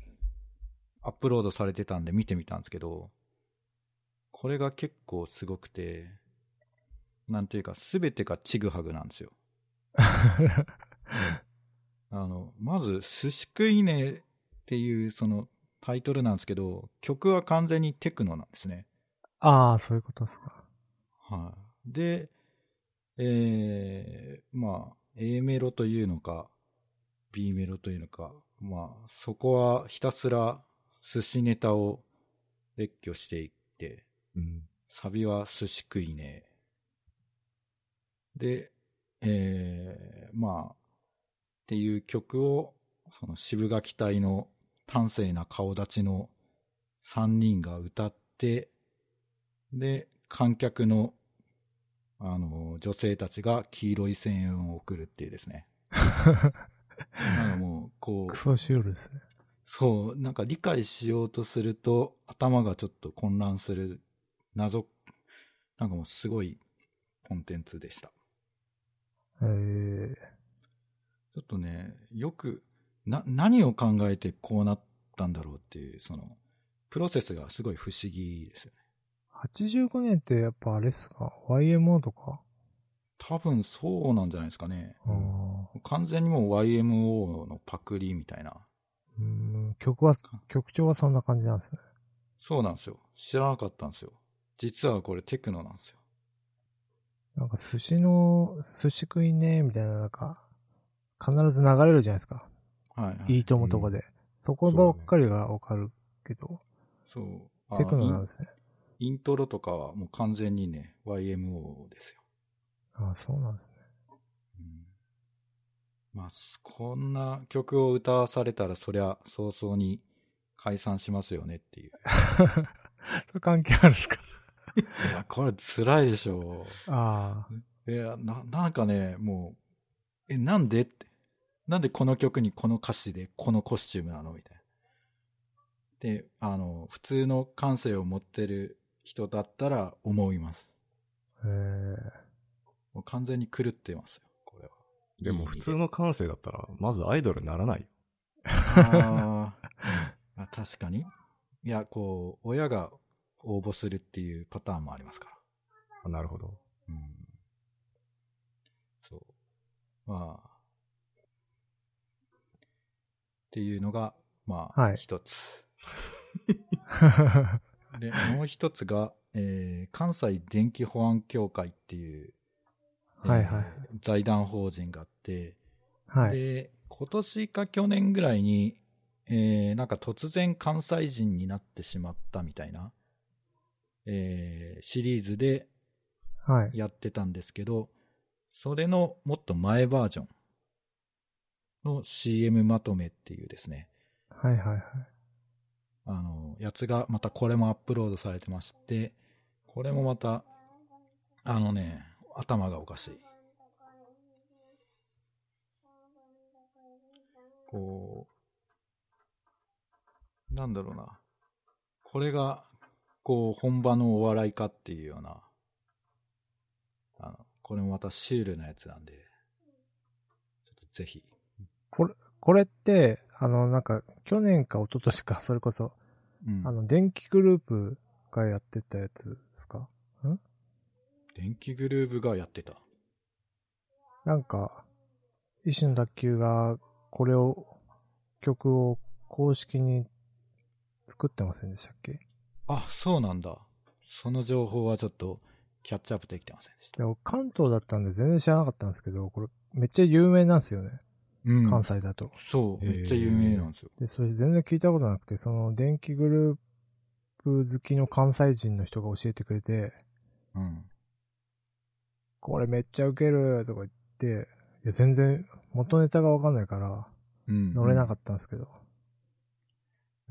Speaker 2: アップロードされてたんで見てみたんですけど、これが結構すごくて、なんというか、すべてがちぐはぐなんですよ。あの、まず、寿司食いねっていうそのタイトルなんですけど、曲は完全にテクノなんですね。
Speaker 1: ああ、そういうことですか。
Speaker 2: はい。で、えー、まあ、A メロというのか、B メロというのか、まあ、そこはひたすら寿司ネタを列挙していって、
Speaker 3: うん。
Speaker 2: サビは寿司食いね。で、えー、まあ、っていう曲を、その渋垣隊の端正な顔立ちの3人が歌って、で、観客の、あの、女性たちが黄色い声援を送るっていうですね。なんかもう、こう
Speaker 1: ク、ソシュールですね。
Speaker 2: そう、なんか理解しようとすると頭がちょっと混乱する謎、なんかもうすごいコンテンツでした。
Speaker 1: えー、
Speaker 2: ちょっとね、よく、な、何を考えてこうなったんだろうっていう、その、プロセスがすごい不思議ですよね。
Speaker 1: 85年ってやっぱあれっすか ?YMO とか、
Speaker 2: 多分そうなんじゃないですかね。
Speaker 1: う
Speaker 2: 完全にもう YMO のパクリみたいな。
Speaker 1: ん、うん曲は、曲調はそんな感じなんですね。
Speaker 2: そうなんですよ。知らなかったんですよ。実はこれテクノなんですよ。
Speaker 1: なんか寿司の、寿司食いね、みたいな、なんか、必ず流れるじゃないですか。
Speaker 2: はい、はい
Speaker 1: いいともとかで。そこばっかりがわかるけど、
Speaker 2: そう。あ
Speaker 1: テクノなんですね。
Speaker 2: イントロとかはもう完全にね、YMO ですよ。
Speaker 1: ああ、そうなんですね。
Speaker 2: うんまあ、すこんな曲を歌わされたら、そりゃ早々に解散しますよねっていう。
Speaker 1: それ関係あるんですか
Speaker 2: いや、これ辛いでしょ
Speaker 1: ああ。
Speaker 2: う。いや、な、なんかね、もう、え、なんでって。なんでこの曲にこの歌詞でこのコスチュームなのみたいな。で、あの、普通の感性を持ってる人だったら思います。
Speaker 1: へえ。
Speaker 2: もう完全に狂ってますよ、これは。
Speaker 3: でも普通の感性だったら、まずアイドルにならないよ。
Speaker 2: あーあ確かに。いや、こう、親が応募するっていうパターンもありますから。
Speaker 3: あなるほど。
Speaker 2: うん。そう。まあ。っていうのが、ま
Speaker 1: は
Speaker 2: あ、
Speaker 1: い
Speaker 2: 一、つ。で、もう一つが、えー関西電気保安協会っていう、えー
Speaker 1: はいはい
Speaker 2: 財団法人があって、
Speaker 1: はい。
Speaker 2: で、今年か去年ぐらいに、えーなんか突然関西人になってしまったみたいな、えーシリーズで
Speaker 1: はい。
Speaker 2: やってたんですけど、それのもっと前バージョンの CM まとめっていうですね、
Speaker 1: はいはいはい。
Speaker 2: あの、やつがまたこれもアップロードされてまして、これもまた、あのね、頭がおかしい。こう、なんだろうな。これが、こう、本場のお笑いかっていうような、あの、これもまたシュールなやつなんで、ちょっとぜひ。
Speaker 1: これって、あの、なんか、去年か一昨年か、それこそ、
Speaker 2: うん
Speaker 1: あの、電気グループがやってたやつですか
Speaker 2: 電気グルーヴがやってた。
Speaker 1: なんか、医師の卓球が、これを、曲を公式に作ってませんでしたっけ
Speaker 2: あ、そうなんだ。その情報はちょっとキャッチアップできてませんでした
Speaker 1: で。も関東だったんで全然知らなかったんですけど、これめっちゃ有名なんですよね。
Speaker 2: うん
Speaker 1: 関西だと。
Speaker 2: そう、
Speaker 3: へー
Speaker 2: めっちゃ有名なんですよ。
Speaker 1: で、それ全然聞いたことなくて、その電気グループ好きの関西人の人が教えてくれて、
Speaker 2: うん。
Speaker 1: これめっちゃウケるとか言って、いや全然元ネタがわかんないから
Speaker 2: うん。
Speaker 1: 乗れなか
Speaker 2: っ
Speaker 1: ったんですけど。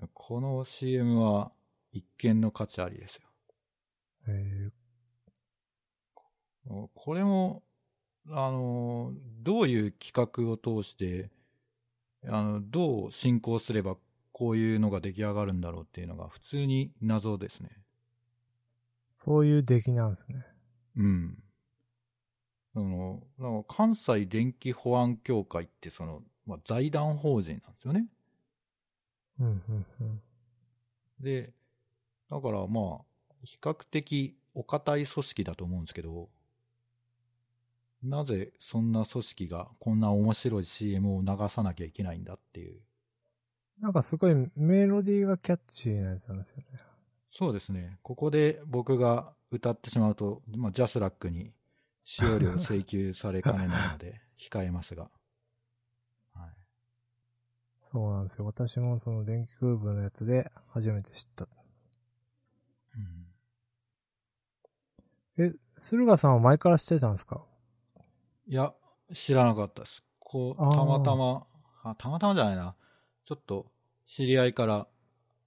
Speaker 2: た。この CM は一見の価値ありです
Speaker 1: えー
Speaker 2: よ。これも、あの、どういう企画を通して、あの、どう進行すればこういうのが出来上がるんだろうっていうのが普通に謎ですね。
Speaker 1: そういう出来なんですね。
Speaker 2: うん。あの、なんか関西電気保安協会ってその、まあ、財団法人なんですよね。
Speaker 1: うんうんうん。
Speaker 2: で、だからまあ、比較的お堅い組織だと思うんですけど、なぜそんな組織がこんな面白い CM を流さなきゃいけないんだっていう。
Speaker 1: なんかすごいメロディーがキャッチーなやつなんですよね。
Speaker 2: そうですね。ここで僕が歌ってしまうと、まあ、ジャスラックに使用料請求されかねないので、控えますが。はい。
Speaker 1: そうなんですよ。私もその電気グループのやつで初めて知った。
Speaker 2: うん
Speaker 1: え、駿河さんは前から知ってたんですか
Speaker 2: いや、知らなかったです。こう、
Speaker 1: あー
Speaker 2: たまたま、あたまたまじゃないな。ちょっと、知り合いから、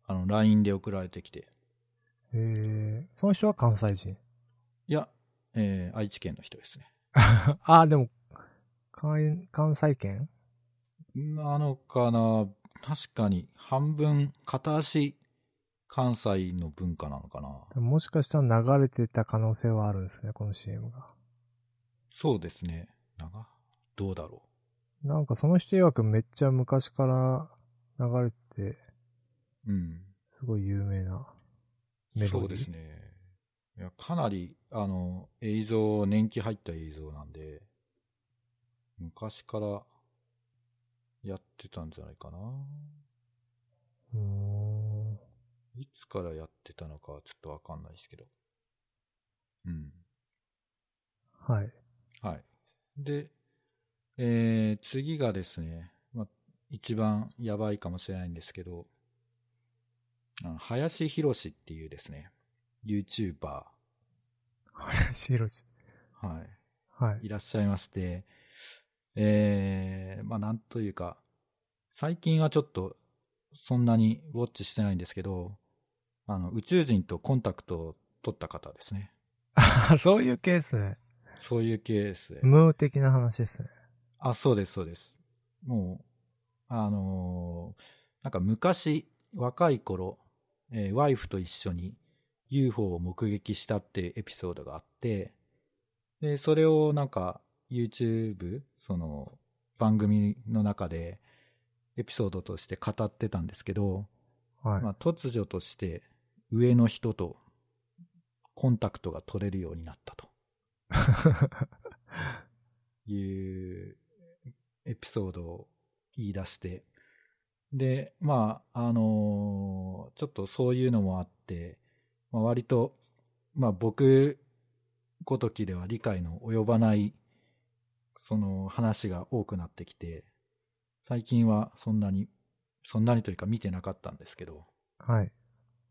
Speaker 2: あの、LINE で送られてきて。
Speaker 1: えー、その人は関西人。
Speaker 2: いや、えー愛知県の人ですね。
Speaker 1: あ、でも、関関西圏
Speaker 2: なのかな確かに、半分、片足、関西の文化なのかな
Speaker 1: もしかしたら流れてた可能性はあるんですね、この CM が。
Speaker 2: そうですね。なんかどうだろ
Speaker 1: なんかその人曰くめっちゃ昔から流れてて、
Speaker 2: う。うん。
Speaker 1: すごい有名なメ
Speaker 2: そ
Speaker 1: ロ
Speaker 2: う
Speaker 1: ディー。
Speaker 2: ですね。いやかなり、あの、映像、年季入った映像なんで、昔からやってたんじゃないかな。
Speaker 1: うーん。
Speaker 2: いつからやってたのかはちょっとわかんないですけど。うん。
Speaker 1: はい。
Speaker 2: はい。で、えー、次がですね、まあ、一番やばいかもしれないんですけど、あの林博士っていうですね、YouTuber、は
Speaker 1: 林博士。
Speaker 2: い。
Speaker 1: はい。
Speaker 2: いらっしゃいまして、えー、まあなんというか、最近はちょっとそんなにウォッチしてないんですけど、あの、宇宙人とコンタクトを取った方ですね。
Speaker 1: あ そういうケースね。
Speaker 2: そういうケースで。
Speaker 1: 無的な話ですね。
Speaker 2: あ、そうです、そうです。もう、あのーなんか昔、若い頃、えーワイフと一緒に UFO を目撃したっていうエピソードがあって、で、それをなんか YouTube、その番組の中でエピソードとして語ってたんですけど、
Speaker 1: はい。
Speaker 2: まあ、突如として上の人とコンタクトが取れるようになったと。いうエピソードを言い出して、で、まあ、あのーちょっとそういうのもあって、まあ、割と、まあ僕ごときでは理解の及ばない、その話が多くなってきて、最近はそんなに、そんなにというか見てなかったんですけど、
Speaker 1: はい。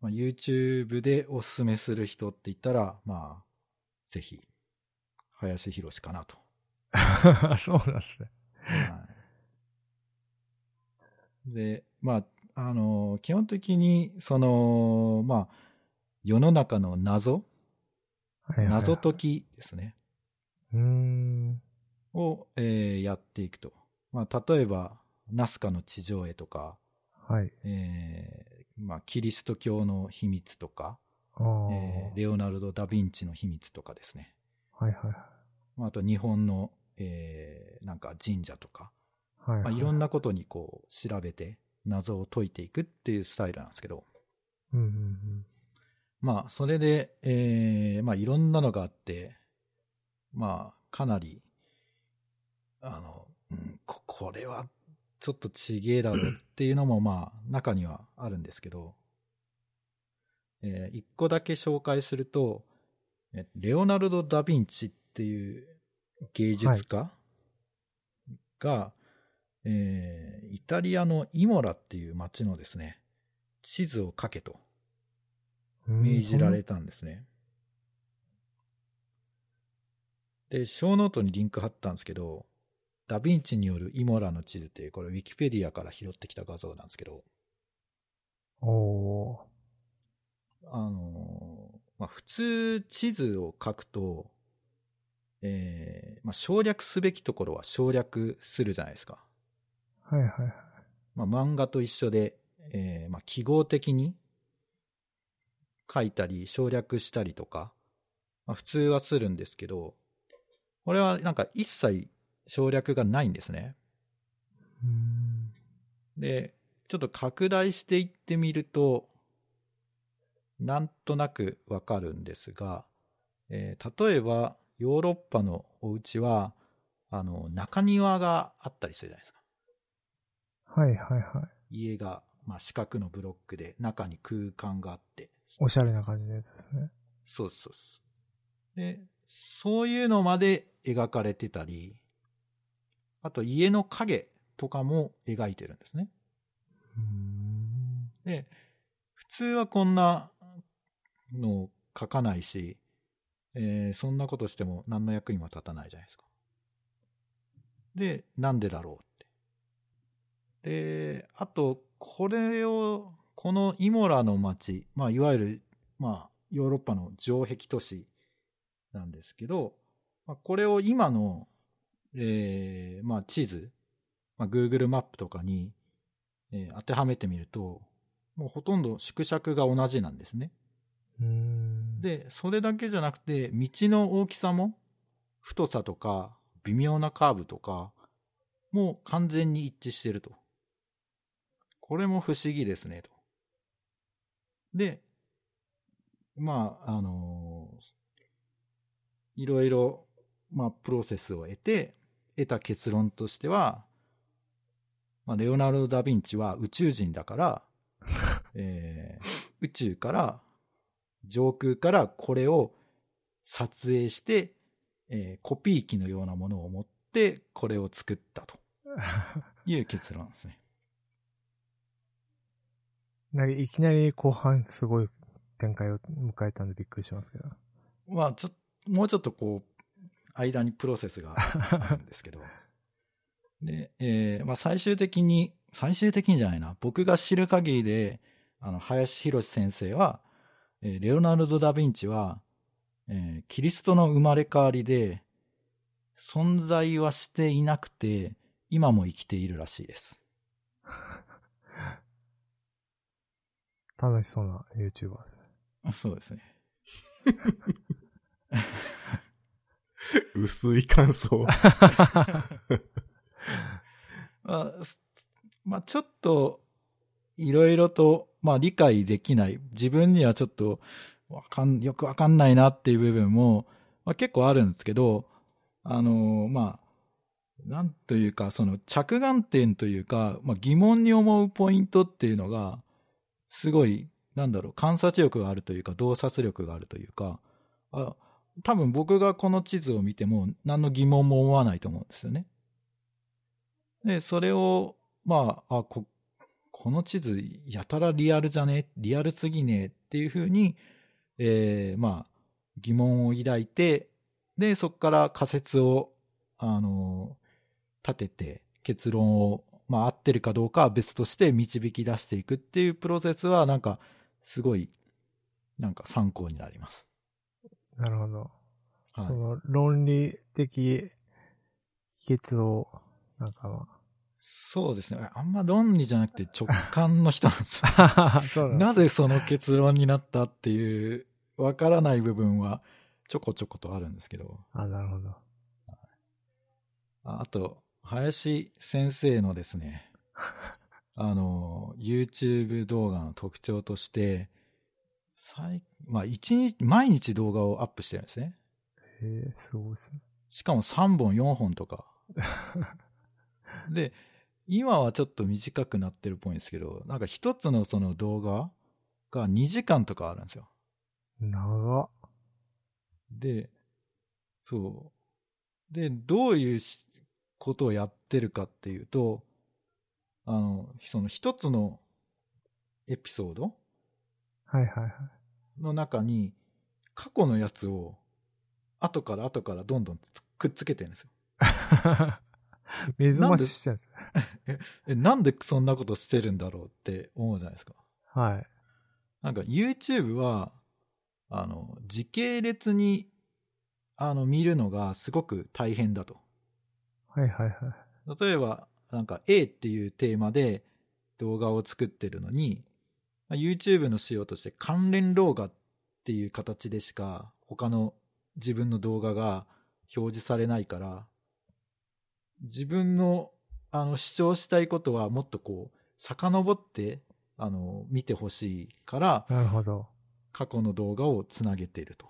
Speaker 2: まあ、YouTube でおすすめする人って言ったら、まあ、ぜひ、林博士かなと。
Speaker 1: そうなんですね。
Speaker 2: はい、で、まあ、あの基本的に、その、まあ、世の中の謎、
Speaker 1: はいはいはい
Speaker 2: 謎解きですね、
Speaker 1: うーん。
Speaker 2: を、えーやっていくと。まあ、例えば、ナスカの地上絵とか、
Speaker 1: はい。
Speaker 2: えーまあ、キリスト教の秘密とか、
Speaker 1: ああ、
Speaker 2: えーレオナルド・ダ・ヴィンチの秘密とかですね。
Speaker 1: はいはい
Speaker 2: まあ、あと日本の、えーなんか神社とか、
Speaker 1: はい。はい、
Speaker 2: まあ、いろん。なことにこう調べて謎を解いていくっていうスタイルなんですけど、
Speaker 1: うんうんうん。
Speaker 2: まあ、それで、えーまあ、いろんなのがあって、まあ、かなり、あの、うん、ここれはちょっとちげえだろっていうのも、まあ、中にはあるんですけど、えー一個だけ紹介すると、えレオナルド・ダ・ヴィンチっていう芸術家が、えーイタリアのイモラっていう街のですね、地図を描けと。
Speaker 1: うん
Speaker 2: 命じられたんですね。で、小ノートにリンク貼ったんですけど、ダヴィンチによるイモラの地図っていう、これウィキペディアから拾ってきた画像なんですけど、
Speaker 1: そんなおー。
Speaker 2: あのーまあ、普通地図を書くと、えーまあ、省略すべきところは省略するじゃないですか。
Speaker 1: はいはいはい。
Speaker 2: まあ、漫画と一緒で、えーまあ、記号的に書いたり省略したりとか、まあ、普通はするんですけど、これはなんか一切省略がないんですね。
Speaker 1: うーん。
Speaker 2: で、ちょっと拡大していってみると、なんとなくわかるんですが、えー例えばヨーロッパのお家は、あの、中庭があったりするじゃないですか。
Speaker 1: はいはいはい。
Speaker 2: 家が、まあ、四角のブロックで中に空間があって。
Speaker 1: おしゃれな感じのやつですね。
Speaker 2: そうですそうです。で、そういうのまで描かれてたり、あと家の影とかも描いてるんですね。
Speaker 1: うーん。
Speaker 2: で、普通はこんなのを描かないし、えーそんなことしても何の役にも立たないじゃないですか。で、なんでだろうって。で、あと、これを、このイモラの町、まあ、いわゆる、まあ、ヨーロッパの城壁都市なんですけど、まあ、これを今の、えーまあ、地図、まあ、Google マップとかに、えー当てはめてみると、もうほとんど縮尺が同じなんですね。
Speaker 1: うーん。、
Speaker 2: で、それだけじゃなくて、道の大きさも、太さとか、微妙なカーブとか、もう完全に一致してると。これも不思議ですね、と。で、まあ、あのいろいろ、まあ、プロセスを得て、得た結論としては、まあ、レオナルド・ダ・ヴィンチは宇宙人 だから、えー宇宙から上空からこれを撮影して、えーコピー機のようなものを持って、これを作ったという結論ですね。
Speaker 1: なんかいきなり後半すごい展開を迎えたんでびっくりしますけど。
Speaker 2: まあ、ちょっと、もうちょっとこう、間にプロセスがあるん ですけど。で、えーまあ最終的に、最終的にじゃないな。僕が知る限りで、あの、林博先生は、えーレオナルド・ダ・ヴィンチは、えーキリストの生まれ変わりで、存在はしていなくて、今も生きているらしいです。
Speaker 1: 楽しそうな YouTuber ですね。
Speaker 2: そうですね。
Speaker 3: 薄い感 想。
Speaker 2: まあ、すまあ、ちょっと、いろいろと、まあ、理解できない。自分にはちょっと、わかん、よくわかんないなっていう部分も、まあ、結構あるんですけど、あのーまあ、なんというか、その着眼点というか、まあ、疑問に思うポイントっていうのが、すごい、なんだろう、観察力があるというか、洞察力があるというか、あ多分僕がこの地図を見ても、何の疑問も思わないと思うんですよね。で、それを、まあ、あ、こ、この地図、やたらリアルじゃねリアルすぎねっていうふうに、えーまあ、疑問を抱いて、で、そこから仮説を、あの立てて、結論を、まあ、合ってるかどうかは別として導き出していくっていうプロセスは、なんか、すごい、なんか参考になります。
Speaker 1: なるほど。
Speaker 2: はい
Speaker 1: そ。の論理的秘訣を、なんかま
Speaker 2: そうですね。あんま論理じゃなくて直感の人なんですよ。
Speaker 1: あ。そうなんだ
Speaker 2: なぜその結論になったっていう、わからない部分はちょこちょことあるんですけど、
Speaker 1: あ、なるほど。
Speaker 2: ああと、林先生のです ね、あの、YouTube 動画の特徴として、最まあ、一日、毎日動画をアップしてるんですね。
Speaker 1: へえ、すごいですね。
Speaker 2: しかも3本、4本 とか。で、今はちょっと短くなってるっぽいんですけど、なんか一つのその動画が2時間とかあるんですよ。
Speaker 1: 長っ。
Speaker 2: で、そう。で、どういうしことをやってるかっていうと、あの、その一つのエピソード
Speaker 1: はい はいはい。
Speaker 2: の中に、過去のやつを、後から後からどんどんつくっつけてるんですよ。
Speaker 1: 水増ししてるんですね。
Speaker 2: え、なんでそんなことしてるんだろうって思うじゃないですか。
Speaker 1: はい。
Speaker 2: なんか YouTube は、あの、時系列に、あの、見るのがすごく大変だと。
Speaker 1: はいはいはい。
Speaker 2: 例えば、なんか A っていうテーマで動画を作ってるのに、まあ YouTube の仕様として関連動画っていう形でしか他の自分の動画が表示されないから、自分のあの主張したいことはもっとこう、遡って、あの、見てほしいから、
Speaker 1: なるほど。
Speaker 2: 過去の動画をつなげていると。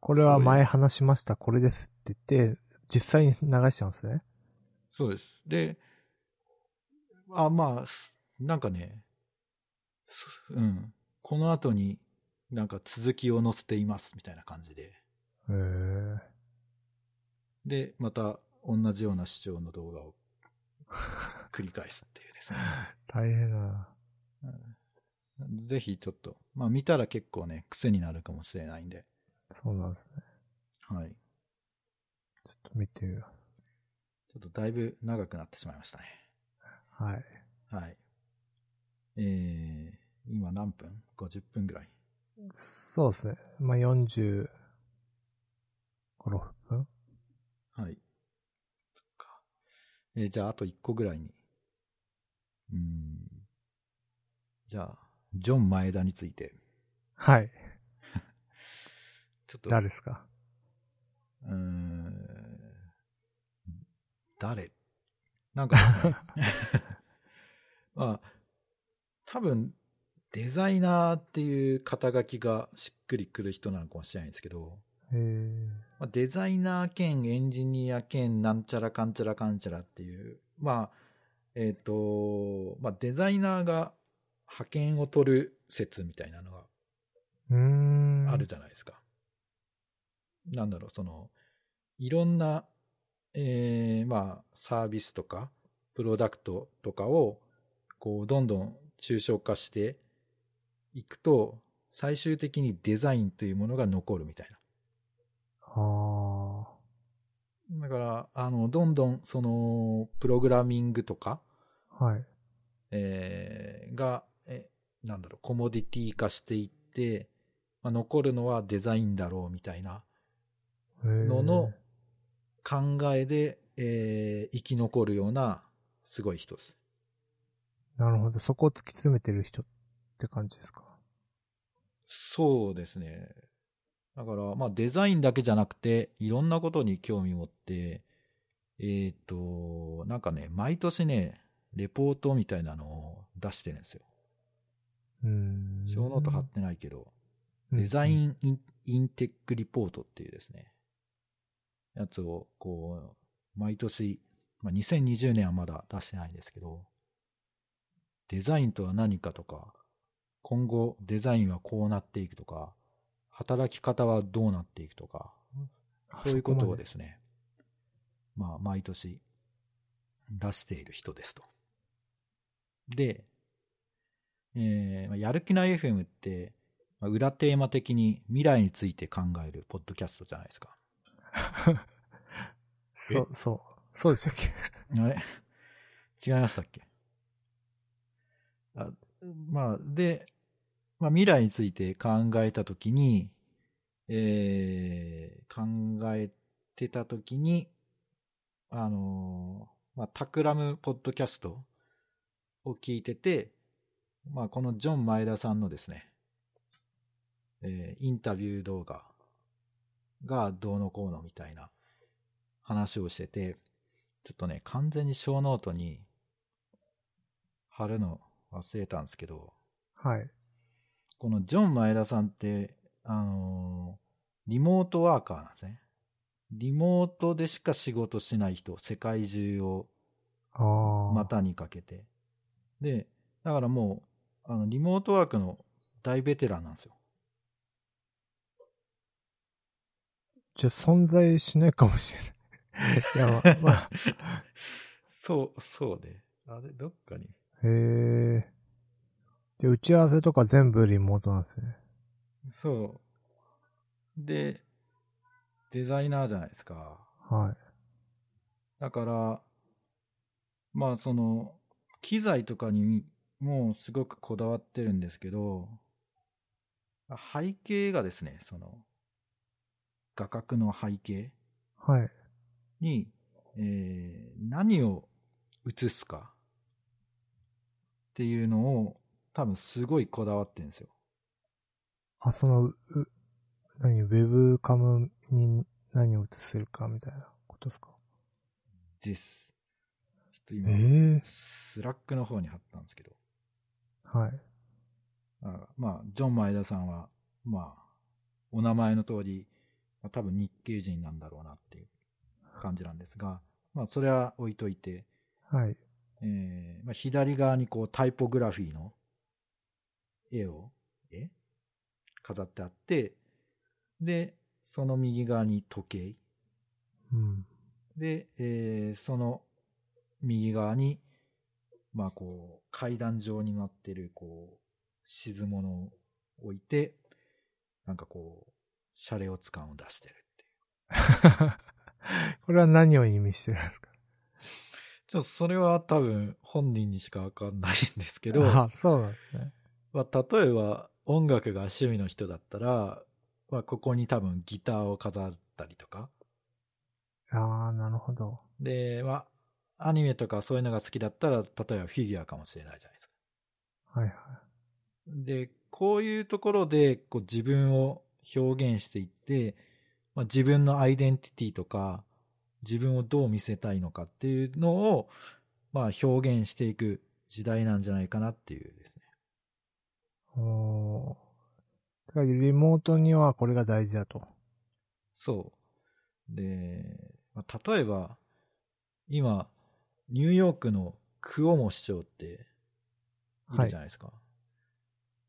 Speaker 1: これは前話しました、これですって言って、実際に流しちゃうんですね。
Speaker 2: そうです。で、あ、まあ、すなんかね、すうん。この後になんか続きを載せていますみたいな感じで。
Speaker 1: へえ。
Speaker 2: で、また同じような主張の動画を繰り返すっていうですね。
Speaker 1: 大変だな。
Speaker 2: ぜひちょっと、まあ見たら結構ね、癖になるかもしれないんで。
Speaker 1: そうなんですね。
Speaker 2: はい。
Speaker 1: ちょっと見てみよ
Speaker 2: ちょっとだいぶ長くなってしまいましたね。
Speaker 1: う。はい。
Speaker 2: はい。えー、今何分 ?50 分ぐらい。
Speaker 1: そうですね。まあ、40、5、6分
Speaker 2: はい。そっか。えーじゃあ、あと1個ぐらいに。うーん。じゃあ、ジョン・前田について。
Speaker 1: はい。
Speaker 2: ちょっと、
Speaker 1: 誰ですか
Speaker 2: うーん。誰なんかですね。まあ、多分、デザイナーっていう肩書きがしっくりくる人なのかもしれないんですけど、
Speaker 1: えー、
Speaker 2: まあデザイナー兼エンジニア兼なんちゃらかんちゃらかんちゃらっていう、まあ、えっ、と、まあデザイナーが派遣を取る説みたいなの
Speaker 1: うーん。
Speaker 2: があるじゃないですか。なんだろう、その、いろんな、えーまあサービスとか、プロダクトとかを、こう、どんどん抽象化していくと、最終的にデザインというものが残るみたいな。
Speaker 1: あ
Speaker 2: だから、あの、どんどん、その、プログラミングとか、
Speaker 1: あ。はい。
Speaker 2: えーが、えなんだろう、コモディティ化していって、まあ、残るのはデザインだろうみたいな
Speaker 1: の
Speaker 2: のの考えで、えー生き残るような、すごい人です。
Speaker 1: なるほど。そこを突き詰めてる人って感じですか。
Speaker 2: そうですね。だから、まあデザインだけじゃなくて、いろんなことに興味持って、えっ、と、なんかね、毎年ね、レポートみたいなのを出してるんですよ。
Speaker 1: うーん。
Speaker 2: 小ノート貼ってないけど、
Speaker 1: うん
Speaker 2: デザインインインテックリポートっていうですね、やつを、こう、毎年、まあ、2020年はまだ出してないんですけど、デザインとは何かとか、今後デザインはこうなっていくとか、働き方はどうなっていくとか、
Speaker 1: あ
Speaker 2: そういうことを
Speaker 1: まで
Speaker 2: ですね、まあ、毎年出している人ですと。で、えーまあやる気ない FM って、まあ裏テーマ的に未来について考えるポッドキャストじゃないですか。
Speaker 1: そう、そう。そうでしたっけ
Speaker 2: あれ違いましたっけあまあ、で、まあ、未来について考えたときに、えー考えてたときに、あのーまあ、タクラムポッドキャストを聞いてて、まあ、このジョン・前田さんのですね、えーインタビュー動画がどうのこうのみたいな話をしてて、ちょっとね、完全に小ノートに貼るの忘れたんですけど、
Speaker 1: はい。
Speaker 2: このジョン・前田さんって、あのーリモートワーカーなんですね。リモートでしか仕事しない人、世界中を
Speaker 1: ああ。
Speaker 2: 股にかけて。で、だからもう、あの、リモートワークの大ベテランなんですよ。
Speaker 1: じゃあ存在しないかもし れない。いや、まあ、
Speaker 2: そう、そうで。あれ、どっかに。
Speaker 1: へえ。じゃあ打ち合わせとか全部リモートなんですね。
Speaker 2: そう。で、デザイナーじゃないですか。
Speaker 1: は
Speaker 2: だから、まあその、機材とかにもうすごくこだわってるんですけど、背景がですね、その、画角の背景
Speaker 1: い。はい。
Speaker 2: に、えー何を映すかっていうのを多分すごいこだわってるんですよ。
Speaker 1: あ、その、う、何、ウェブカムに何を映せるかみたいなことですか
Speaker 2: です。ちょっと
Speaker 1: ええ
Speaker 2: 今、スラックの方に貼ったんですけど。
Speaker 1: はい。
Speaker 2: あまあ、ジョン・前田さんは、まあ、お名前の通り、まあ多分日系人なんだろうなっていう感じなんですが、まあ、それは置いといて、
Speaker 1: はい。
Speaker 2: えーまあ、左側にこう、タイポグラフィーの絵を、え飾ってあって、で、その右側に時
Speaker 1: う
Speaker 2: 計。
Speaker 1: ん。
Speaker 2: で、えーその右側に、まあこう、階段状になってる、こう、沈物を置いて、なんかこう、シャレオツ感を出してるっていう。
Speaker 1: これは何を意味してるんですか
Speaker 2: ちょっとそれは多分本人にしかわかんないんですけ ど、
Speaker 1: あ、そうなんですね。
Speaker 2: まあ例えば音楽が趣味の人だったら、まあここに多分ギターを飾ったりとか、
Speaker 1: ああ、なるほど。
Speaker 2: で、まあ、アニメとかそういうのが好きだったら、例えばフィギュアかもしれないじゃないですか。
Speaker 1: はいはい。
Speaker 2: で、こういうところでこう自分を表現していって、まあ、自分のアイデンティティとか、自分をどう見せたいのかっていうのを、まあ、表現していく時代なんじゃないかなっていうですね。
Speaker 1: おーだからリモートにはこれが大事だと。
Speaker 2: そう。で、まあ、例えば、今、ニューヨークのクオモ市長って、いるじゃないですか。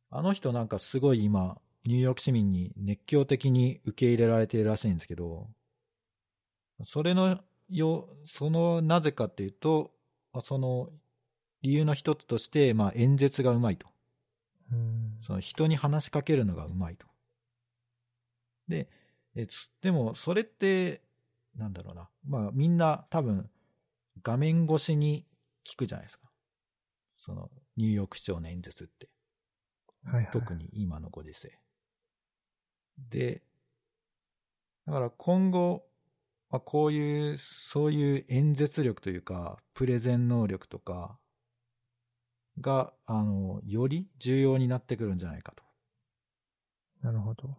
Speaker 2: あの人なんかすごい今、ニューヨーク市民に熱狂的に受け入れられているらしいんですけど、それのよ、その、なぜかっていうと、まあその、理由の一つとして、まあ演説がうまいと。
Speaker 1: うん。
Speaker 2: その人に話しかけるのがうまいと。で、えつでもそれって、なんだろうな。まあみんな多分画面越しに聞くじゃないですか。そのニューヨーク市長の演説って。
Speaker 1: はいはい。
Speaker 2: 特に今のご時世。で、だから今後、まあ、こういう、そういう演説力というか、プレゼン能力とかが、あの、より重要になってくるんじゃないかと。
Speaker 1: なるほど。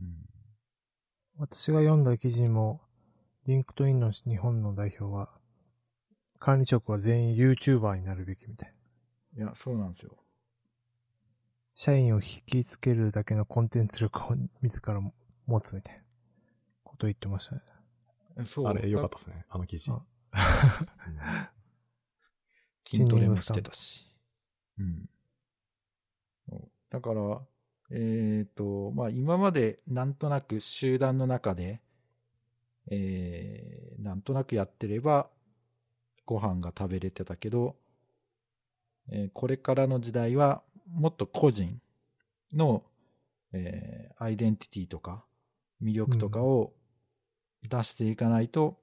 Speaker 2: うん
Speaker 1: 私が読んだ記事も、リンクトインの日本の代表は、管理職は全員 YouTuber になるべきみたいな。
Speaker 2: いや、そうなんですよ。
Speaker 1: 社員を引きつけるだけのコンテンツ力を自ら持つみたいなことを言ってましたね。
Speaker 2: そう。
Speaker 3: あれ、良かったですね。あの記事。
Speaker 1: あ
Speaker 3: うん
Speaker 2: 筋トレもしてたし。うん。そうだから、えっ、と、まあ今までなんとなく集団の中で、えー、なんとなくやってればご飯が食べれてたけど、えーこれからの時代はもっと個人の、えーアイデンティティとか魅力とかを出していかないと、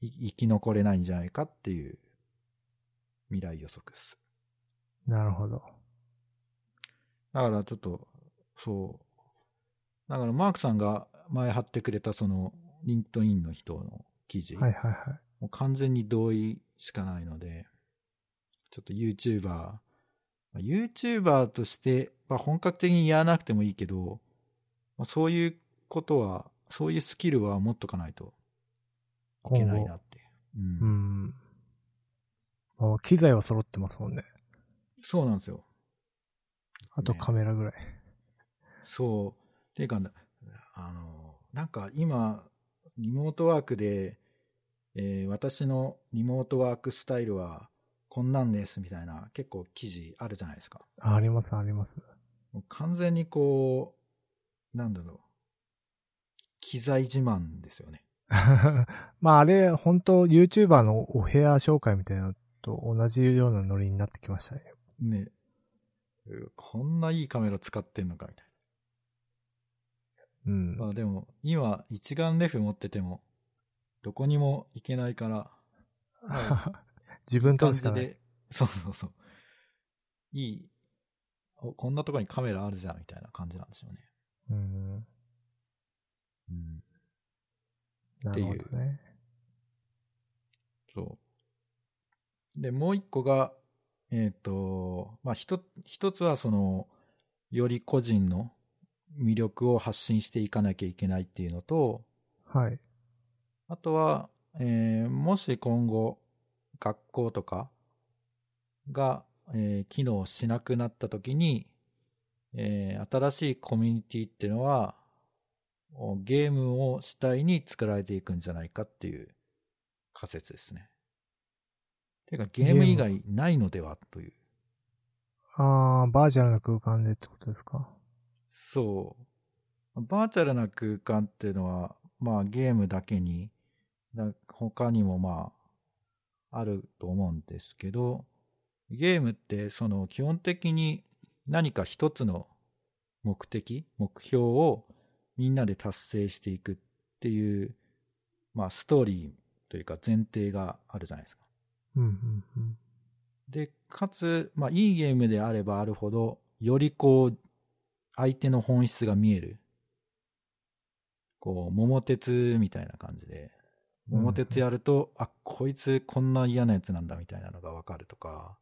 Speaker 2: い生き残れないんじゃないかっていう未来予測です。
Speaker 1: なるほど。
Speaker 2: だからちょっと、そう。だからマークさんが前貼ってくれたその、リンクトインの人の記事、
Speaker 1: はいはいは
Speaker 2: もう完全に同意しかないので、ちょっと YouTuber、まあ YouTuber として、まあ、本格的にやらなくてもいいけど、まあ、そういうことは、そういうスキルは持っとかないと
Speaker 1: い。
Speaker 2: いけないなって。
Speaker 1: う
Speaker 2: うん
Speaker 1: ん。あ機材は揃ってますもんね。
Speaker 2: そうなんですよ。
Speaker 1: あと
Speaker 2: ね
Speaker 1: カメラぐらい。
Speaker 2: そう。ていうか、あの、なんか今、リモートワークで、えー私のリモートワークスタイルはこんなんですみたいな結構記事あるじゃないですか。
Speaker 1: あ、ありますあります。
Speaker 2: もう完全にこう、なんだろう。機材自慢ですよね。
Speaker 1: まああれ、本当 YouTuber のお部屋紹介みたいなのと同じようなノリになってきましたね。
Speaker 2: ね。うこんないいカメラ使ってんのかみたい
Speaker 1: うん。
Speaker 2: な。まあでも、今一眼レフ持ってても、どこにも行けないから、
Speaker 1: 自分と
Speaker 2: 感
Speaker 1: し
Speaker 2: じ
Speaker 1: かない。
Speaker 2: で、そうそうそう。いい、おこんなとこにカメラあるじゃんみたいな感じなんですよね。
Speaker 1: うん。
Speaker 2: うん。
Speaker 1: なるほどね。
Speaker 2: そう。で、もう一個が、えっ、と、まあ、ひと一つはその、より個人の魅力を発信していかなきゃいけないっていうのと、
Speaker 1: はい。
Speaker 2: あとは、えーもし今後、学校とかが、えー機能しなくなった時に、えー新しいコミュニティっていうのは、おゲームを主体に作られていくんじゃないかっていう仮説ですね。てか、ゲーム以外ないのではという。
Speaker 1: あー、バーチャルな空間でってことですか。
Speaker 2: そう。バーチャルな空間っていうのは、まあゲームだけに、な他にもまあ、あると思うんですけど、ゲームってその基本的に何か一つの目的、目標をみんなで達成していくっていう、まあストーリーというか前提があるじゃないですか。
Speaker 1: うんうんうん。
Speaker 2: で、かつ、まあ、いいゲームであればあるほど、よりこう、相手の本質が見える。こう、桃鉄みたいな感じで、
Speaker 1: うん
Speaker 2: 桃鉄やると、あ、こいつこんな嫌なやつなんだみたいなのがわかるとか、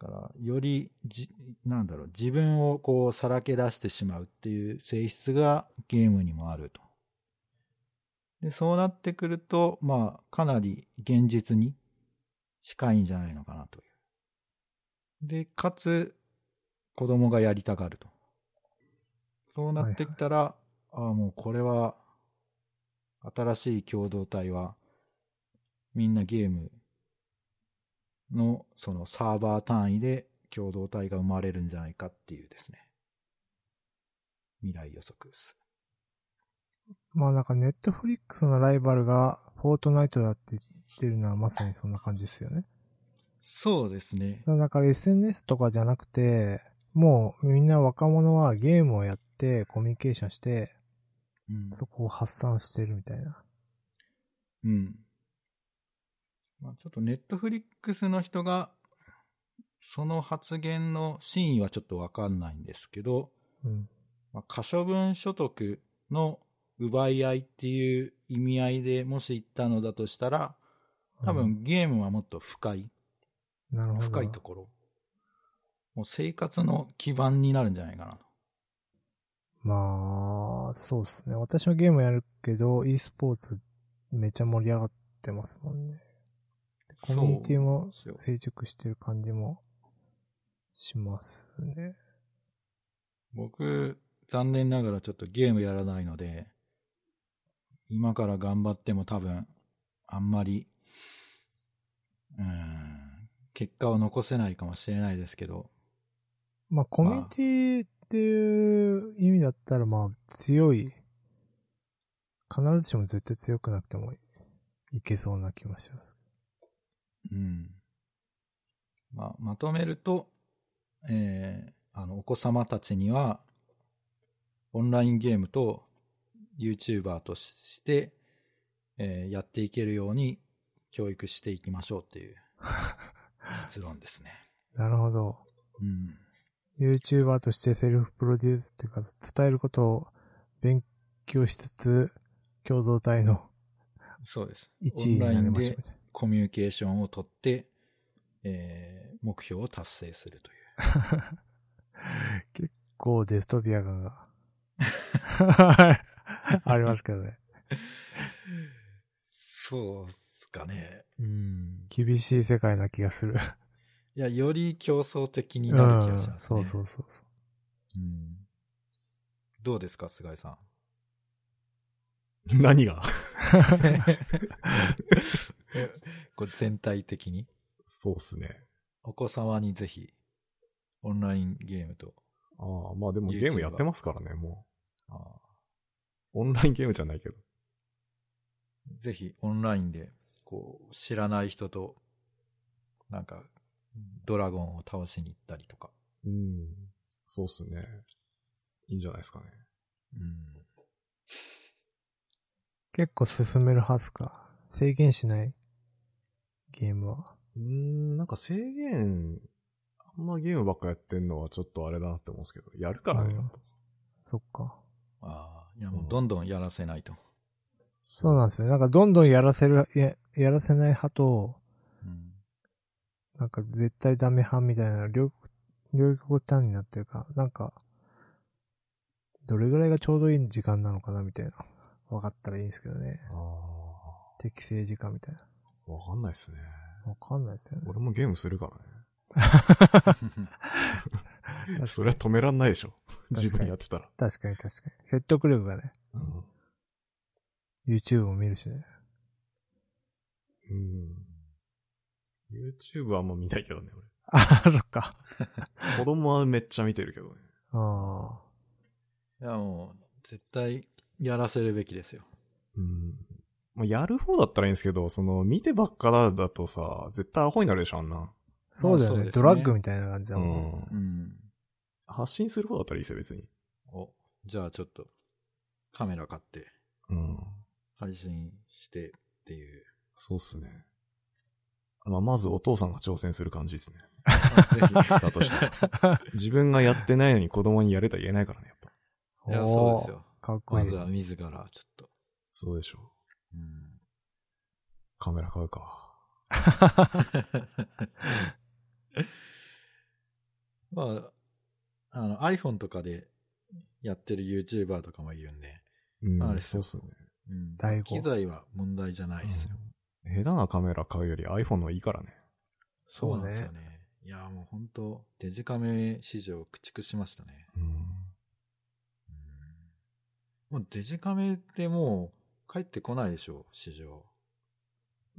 Speaker 2: だから、よりじ、なんだろう、自分をこう、さらけ出してしまうっていう性質がゲームにもあると。で、そうなってくると、まあ、かなり現実に近いんじゃないのかなという。で、かつ、子供がやりたがると。そうなってきたら、ああ、もうこれは、新しい共同体は、みんなゲームの、そのサーバー単位で共同体が生まれるんじゃないかっていうですね。未来予測です。
Speaker 1: まあなんかネットフリックスのライバルがフォートナイトだって言ってるのはまさにそんな感じですよね。
Speaker 2: そうですね。
Speaker 1: だから SNS とかじゃなくて、もうみんな若者はゲームをやってコミュニケーションして、
Speaker 2: うん
Speaker 1: そこを発散してるみたいな。
Speaker 2: うん。まあ、ちょっとネットフリックスの人が、その発言の真意はちょっとわかんないんですけど、
Speaker 1: うん。
Speaker 2: まあ可処分所得の奪い合いっていう意味合いでもし言ったのだとしたら、多
Speaker 1: うん、
Speaker 2: 分ゲームはもっと深い、
Speaker 1: なるほど。
Speaker 2: 深いところ。もう生活の基盤になるんじゃないかな。
Speaker 1: まあ、そうですね。私もゲームやるけど、e スポーツめっちゃ盛り上がってますもんね。でコミュニティも
Speaker 2: そうですよ
Speaker 1: 成熟してる感じもしますね。
Speaker 2: 僕、残念ながらちょっとゲームやらないので、今から頑張っても多分、あんまり、うーん、結果を残せないかもしれないですけど、
Speaker 1: まあ、コミュニティっていう意味だったら、まあ、強い。必ずしも絶対強くなくてもいけそうな気もします。
Speaker 2: うん。まあ、まとめると、えーあの、お子様たちには、オンラインゲームと YouTuber として、えーやっていけるように教育していきましょうっていう結論ですね。
Speaker 1: なるほど。
Speaker 2: うん。
Speaker 1: YouTuber としてセルフプロデュースっていうか、伝えることを勉強しつつ、共同体の
Speaker 2: そうです。
Speaker 1: 1位に
Speaker 2: オンライ
Speaker 1: なり
Speaker 2: ン
Speaker 1: ました
Speaker 2: で
Speaker 1: みたい
Speaker 2: コミュニケーションをとって、えー目標を達成するという。
Speaker 1: な。結構デストピア感 が ありますけどね。
Speaker 2: そうっすかね。うん。
Speaker 1: 厳しい世界な気がする。
Speaker 2: いや、より競争的に
Speaker 1: う
Speaker 2: なる
Speaker 1: ん
Speaker 2: 気がします
Speaker 1: そ
Speaker 2: ね。
Speaker 1: うそうそうそう。
Speaker 2: うん。どうですか、菅 井さん。
Speaker 3: 何が
Speaker 2: こう全体的に、
Speaker 3: そうっすね。
Speaker 2: お子様にぜひ、オンラインゲームと、
Speaker 3: ああ、まあでもゲームやってますからね、も
Speaker 2: あー
Speaker 3: う。オンラインゲームじゃないけど。
Speaker 2: ぜひオンラインで、こう、知らない人と、なんか、ドラゴンを倒しに行ったりとか。
Speaker 3: うん。そうっすね。いいんじゃないですかね。
Speaker 2: うん。
Speaker 1: 結構進めるはずか。制限しないゲームは。
Speaker 3: うーん、なんか制限、あんまゲームばっかやってんのはちょっとあれだなって思うんですけど、やるから
Speaker 1: う
Speaker 3: ね、
Speaker 1: ん
Speaker 3: やっぱ
Speaker 1: そっか。
Speaker 2: ああ、いやもうどんどんやらせないと。
Speaker 1: そうなんですよ。なんかどんどんやらせる、ややらせない派と、
Speaker 2: うん。
Speaker 1: なんか絶対ダメ派みたいな両極、両極端になってるから、なんか、どれぐらいがちょうどいい時間なのかなみたいな。分かったらいいんですけどね。
Speaker 3: あ
Speaker 1: 適正時間みたいな。
Speaker 3: あ、わかんないっすね。
Speaker 1: わかんないですよね。
Speaker 3: 俺もゲームするからね。それは止めらんないでしょ。
Speaker 1: 確かに
Speaker 3: 自分やってたら。
Speaker 1: 確かに確かに。説得力がね、
Speaker 3: うん。
Speaker 1: YouTube も見るしね。
Speaker 3: うん、YouTube はあんま見ないけどね、
Speaker 1: ああ、そっか。
Speaker 3: 俺。子供はめっちゃ見てるけどね。
Speaker 1: あ
Speaker 2: いやもう、絶対やらせるべきですよ。
Speaker 3: うん。まあ、やる方だったらいいんですけど、その、見てばっかだとさ、絶対アホになるでしょ、あんな。
Speaker 1: あ。そうだよ
Speaker 2: まあそうです
Speaker 1: ね。ド
Speaker 2: ね
Speaker 1: ラッグみたいな感じだ
Speaker 3: う
Speaker 1: もんね。
Speaker 3: ん。
Speaker 2: うん。
Speaker 3: 発信する方だったらいいですよ、別に。
Speaker 2: お、じゃあちょっと、カメラ買って、
Speaker 3: うん。
Speaker 2: 配信してって いう。
Speaker 3: そうっすね。まあ、まずお父さんが挑戦する感じですね。
Speaker 2: ぜひ。
Speaker 3: だとしたら。自分がやってないのに子供にやれとは言えないからね、やっぱ。
Speaker 1: お
Speaker 2: いや、
Speaker 1: ー
Speaker 2: そうですよ。
Speaker 1: かっこ
Speaker 2: ま
Speaker 1: いい。
Speaker 2: ずは自ら、ちょっと。
Speaker 3: そうでしょう。
Speaker 2: うん。
Speaker 3: カメラ買うか。
Speaker 2: まあ、あの、iPhone とかでやってる YouTuber とかもいるんで、
Speaker 3: うん
Speaker 2: あれ
Speaker 3: そうっすね。
Speaker 2: うん
Speaker 1: 醍醐
Speaker 2: 機材は問題じゃないですよ。
Speaker 3: うん下手なカメラ買うより iPhone の方がいいからね。
Speaker 2: そうなんですよね。いや、もう本当デジカメ市場駆逐しましたね。
Speaker 3: うん。
Speaker 2: うん、もうデジカメってもう帰ってこないでしょう、市場。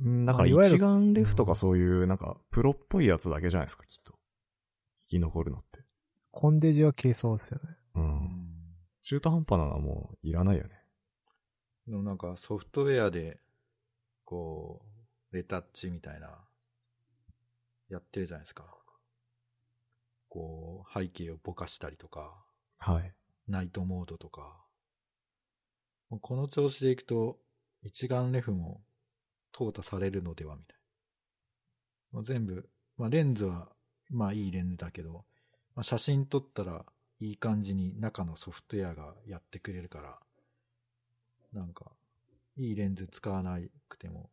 Speaker 3: うんだか
Speaker 1: ま
Speaker 3: ら
Speaker 1: あいわゆる
Speaker 3: 一眼レフとかそういう、なんか、プロっぽいやつだけじゃないですか、きっと。生き残るのって。
Speaker 1: コンデジは消えそうですよね。
Speaker 3: う。
Speaker 2: うんん
Speaker 3: 中途半端なのはもういらないよね。
Speaker 2: でもなんかソフトウェアで、こう、レタッチみたいな、やってるじゃないですか。こう、背景をぼかしたりとか、
Speaker 3: はい。
Speaker 2: ナイトモードとか。もうこの調子でいくと、一眼レフも淘汰されるのではみたいな。もう全部、まあレンズはまあいいレンズだけど、まあ、写真撮ったらいい感じに中のソフトウェアがやってくれるから、なんか、いいレンズ使わなくても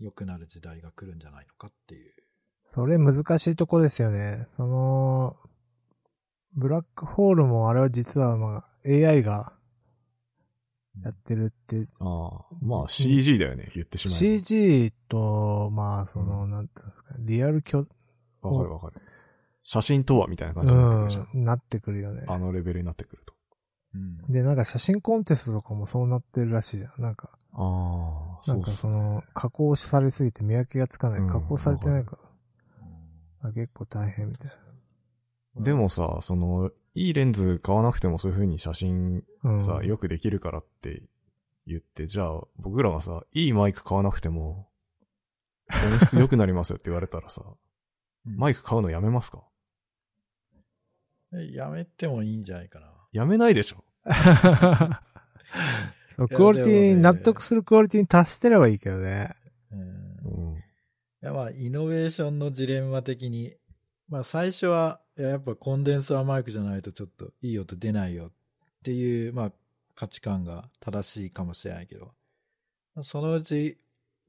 Speaker 2: 良くなる時代が来るんじゃないのかっていう。
Speaker 1: それ難しいとこですよね。その、ブラックホールもあれは実はまあ AI がやってるって、
Speaker 3: ああ、まあ CG だよね、言ってしまえば。
Speaker 1: CG と、まあその、なんていうんですか、リアル巨、
Speaker 3: わかるわかる。写真とはみたいな感じ
Speaker 1: う
Speaker 3: になってくるじゃん。
Speaker 1: ん、なってくるよね。
Speaker 3: あのレベルになってくると。
Speaker 2: うん。
Speaker 1: で、なんか写真コンテストとかもそうなってるらしいじゃん。なんか、
Speaker 3: ああ、
Speaker 1: な
Speaker 3: そ
Speaker 1: ん
Speaker 3: うっ
Speaker 1: か
Speaker 3: す
Speaker 1: そ
Speaker 3: ね。
Speaker 1: の、加工されすぎて見分けがつかない。
Speaker 3: うん
Speaker 1: 加工されてないから、あ結構大変みたい
Speaker 2: の
Speaker 3: でもさ、その、いいレンズ買わなくてもそういう風に写真
Speaker 1: な。うん。
Speaker 3: さ、よくできるからって言って、じゃあ僕らがさ、いいマイク買わなくても、音質良くなりますよって言われたらさ、 マイ
Speaker 2: ク、
Speaker 3: ク買うのやめますか
Speaker 2: えやめてもいいんじゃないかな。
Speaker 3: やめないでしょ。
Speaker 1: そうクオリティ
Speaker 2: でも
Speaker 1: に、
Speaker 2: ね
Speaker 1: 納得するクオリティに達してればいいけどね。
Speaker 2: うん
Speaker 3: うん。
Speaker 2: いやまあ、イノベーションのジレンマ的に、まあ最初は、いややっぱコンデンサーマイクじゃないとちょっといい音出ないよっていう、まあ価値観が正しいかもしれないけど、まあそのうち、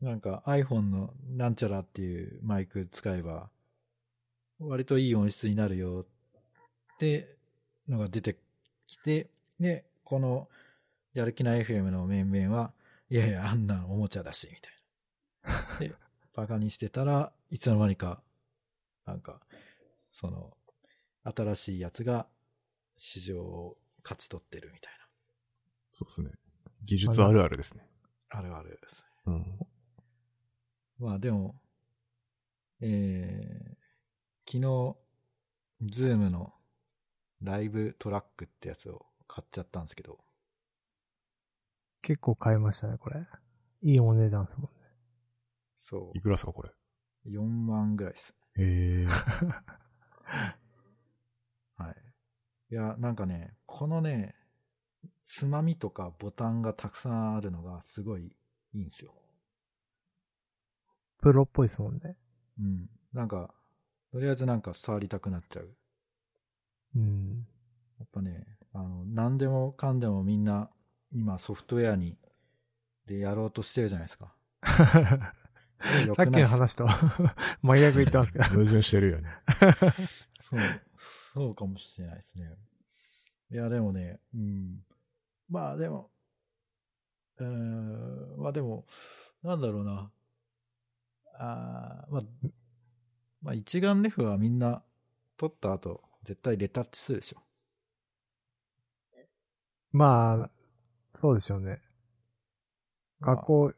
Speaker 2: なんか iPhone のなんちゃらっていうマイク使えば、割といい音質になるよってのが出てきて、で、このやる気ない FM の面々は、いやいや、あんなんおもちゃだし、みたいな。バカにしてたらいつの間にかなんかその新しいやつが市場を勝ち取ってるみたい
Speaker 3: そうですね。技術あるあるですね。
Speaker 2: なあるあるです
Speaker 3: うん。
Speaker 2: まあでもえー、昨日ズームのライブトラックってやつを買っちゃったんですけど
Speaker 1: 結構買いましたね、これ。いいお値段ですもんね。
Speaker 2: そ
Speaker 3: いくらっすか、これ。
Speaker 2: う4万ぐらいです
Speaker 3: へえ。
Speaker 2: はいいやなんかねこのねつまみとかボタンがたくさんあるのがすごいいいんですよ
Speaker 1: プロっぽいですもんね。
Speaker 2: うん。なんか、とりあえずなんか触りたくなっちゃう。
Speaker 1: うん。
Speaker 2: やっぱね、あの、何でもかんでもみんな、今ソフトウェアに、でやろうとしてるじゃないですか。
Speaker 1: さ
Speaker 2: 良く
Speaker 1: っ
Speaker 2: ない
Speaker 1: き
Speaker 2: で
Speaker 1: の
Speaker 2: す
Speaker 1: 話と 真逆言ってますけ ど。
Speaker 3: 矛盾してるよね。
Speaker 2: そう、そうかもしれないですね。いや、でもね、うん。まあでも、うーん、まあでも、なんだろうな。あーまあ、まあ一眼レフはみんな撮った後、絶対レタッチするでしょ。
Speaker 1: まあ、そうでしょうね。学校、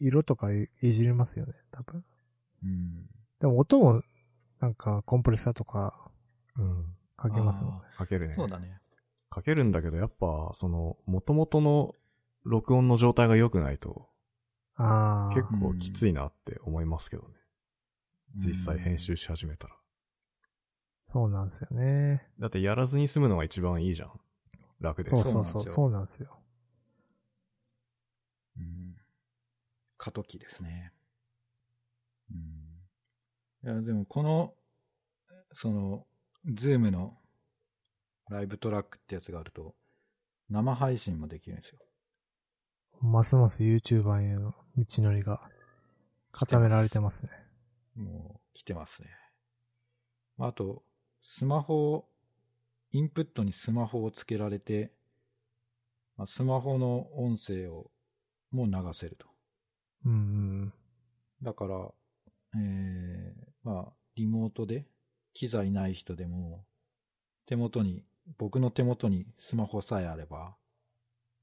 Speaker 1: 色とかいいじりますよね、多分。
Speaker 2: うん。
Speaker 1: でも音も、なんか、コンプレッサーとか
Speaker 3: うん。
Speaker 1: かけますもんね。
Speaker 3: かけるね。
Speaker 2: そうだね。
Speaker 3: かけるんだけど、やっぱ、その、元々の録音の状態が良くないと、
Speaker 1: ああ。
Speaker 3: 結構きついなって思いますけどね。実際編集し始めたら。
Speaker 1: そうなんですよね。
Speaker 3: だってやらずに済むのが一番いいじゃん。楽で。
Speaker 1: そうそうそう、
Speaker 2: そ
Speaker 1: そうなんですよ。
Speaker 2: うん過渡期ですね。うん、いやでもこの、その、ズームのライブトラックってやつがあると、生配信もできるんですよ。
Speaker 1: ますます YouTuber への道のりが固められてますね。
Speaker 2: もう来てますね。あと、スマホを、インプットにスマホをつけられて、まあスマホの音声をもう流せると。
Speaker 1: うんうん。
Speaker 2: だから、えーまあ、リモートで、機材ない人でも、手元に、僕の手元にスマホさえあれば、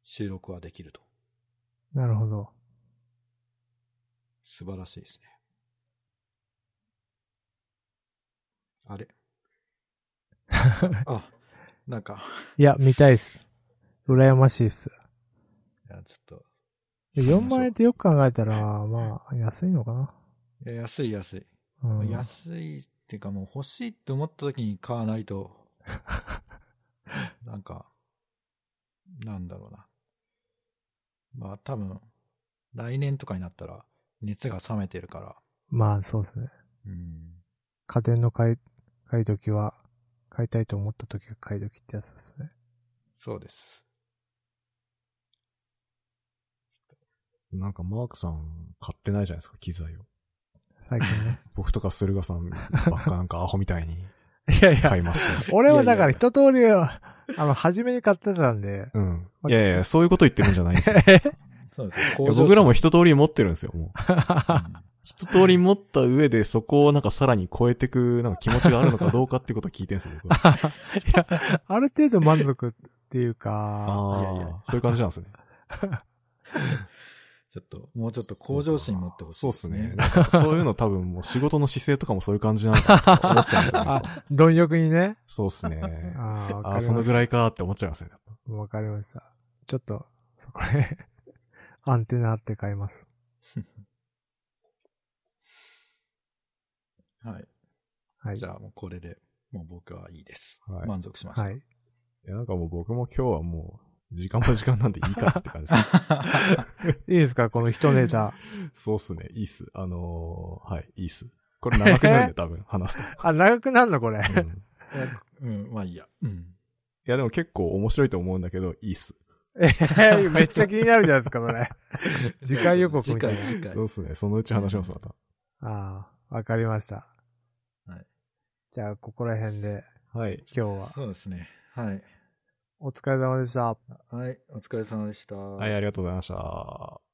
Speaker 2: 収録はできると。
Speaker 1: なるほど。
Speaker 2: 素晴らしいですね。あれあ、なんか、
Speaker 1: いや、見たいっす。羨ましいっす。
Speaker 2: いやちょっと、
Speaker 1: で4万円ってよく考えたら、まあ、安いのかな。
Speaker 2: いや安い安い。
Speaker 1: うん、
Speaker 2: 安いっていうかもう欲しいって思った時に買わないと、 なんか、なんだろうな。まあ多分、来年とかになったら熱が冷めてるから、
Speaker 1: まあ、そうですね。
Speaker 2: うん。
Speaker 1: 家電の買い買い時は、買いたいと思った時が買い時ってやつですね。
Speaker 2: そうです。
Speaker 3: なんかマークさん買ってないじゃないですか、機材を。
Speaker 1: 最近 ね。
Speaker 3: 僕とか駿河さんばっかなんかアホみたいに
Speaker 1: いやい
Speaker 3: 買
Speaker 1: や、
Speaker 3: いま したよ。
Speaker 1: 俺はだから一通りは、あの、初めに買ってたんで、
Speaker 3: うん。いやいや、そういうこと言ってるんじゃないんですよ。
Speaker 2: そうですね。
Speaker 3: いや僕ら
Speaker 2: も、
Speaker 3: も一通り持ってるんですよ、もう。一通り持った上でそこをなんかさらに超えてくなんか気持ちがあるのかどうかっていうことを聞いてるんですよ、僕は。
Speaker 1: ある程度満足っていうか、
Speaker 3: ああ、
Speaker 2: いやいや
Speaker 3: そういう感じなんですね。
Speaker 2: ちょっと、もうちょっと向上心持ってほしい、
Speaker 3: そうですね。なんかそういうの多分もう仕事の姿勢とかもそういう感じなのかなと思っちゃうんですよね。
Speaker 1: 貪欲にね。
Speaker 3: そうです ね。
Speaker 1: ああ、わ
Speaker 3: あ
Speaker 1: か
Speaker 3: あ、
Speaker 1: り
Speaker 3: その
Speaker 1: まし
Speaker 3: ぐらいかって思っちゃいますね。
Speaker 1: た。わかりました。ちょっと、そこで、 アンテナ張って買います。
Speaker 2: はい。
Speaker 1: はい
Speaker 2: じ。ゃあもうこれで、もう僕はいいです。
Speaker 3: はい
Speaker 2: 満足しました。
Speaker 1: はい。
Speaker 3: いや、なんかもう僕も今日はもう、時間も時間なんでいいかって感じです。
Speaker 1: いいですかこの一ネタ。
Speaker 3: そうっすね。いいっす。あのー、はい、いいっす。これ長くなるん で、多分、話すと。
Speaker 1: あ、長くなんのこれ。
Speaker 3: うん、い
Speaker 2: いやうん、まあいいや。うん。
Speaker 3: や、でも結構面白いと思うんだけど、いいっす。
Speaker 1: えーめっちゃ気になるじゃないですか、それ。次回予告
Speaker 2: 次
Speaker 1: みたい
Speaker 2: 回、
Speaker 1: な。
Speaker 2: 次回
Speaker 3: そう。っすね。そのうち話します、また。
Speaker 1: ああ、わかりました。
Speaker 2: はい。
Speaker 1: じゃあ、ここら辺で、
Speaker 3: はい。
Speaker 1: 今日は。
Speaker 2: そうですね。はい。
Speaker 1: お疲れ様でした。
Speaker 2: はい。お疲れ様でした。は
Speaker 3: はい、ありがとうございました。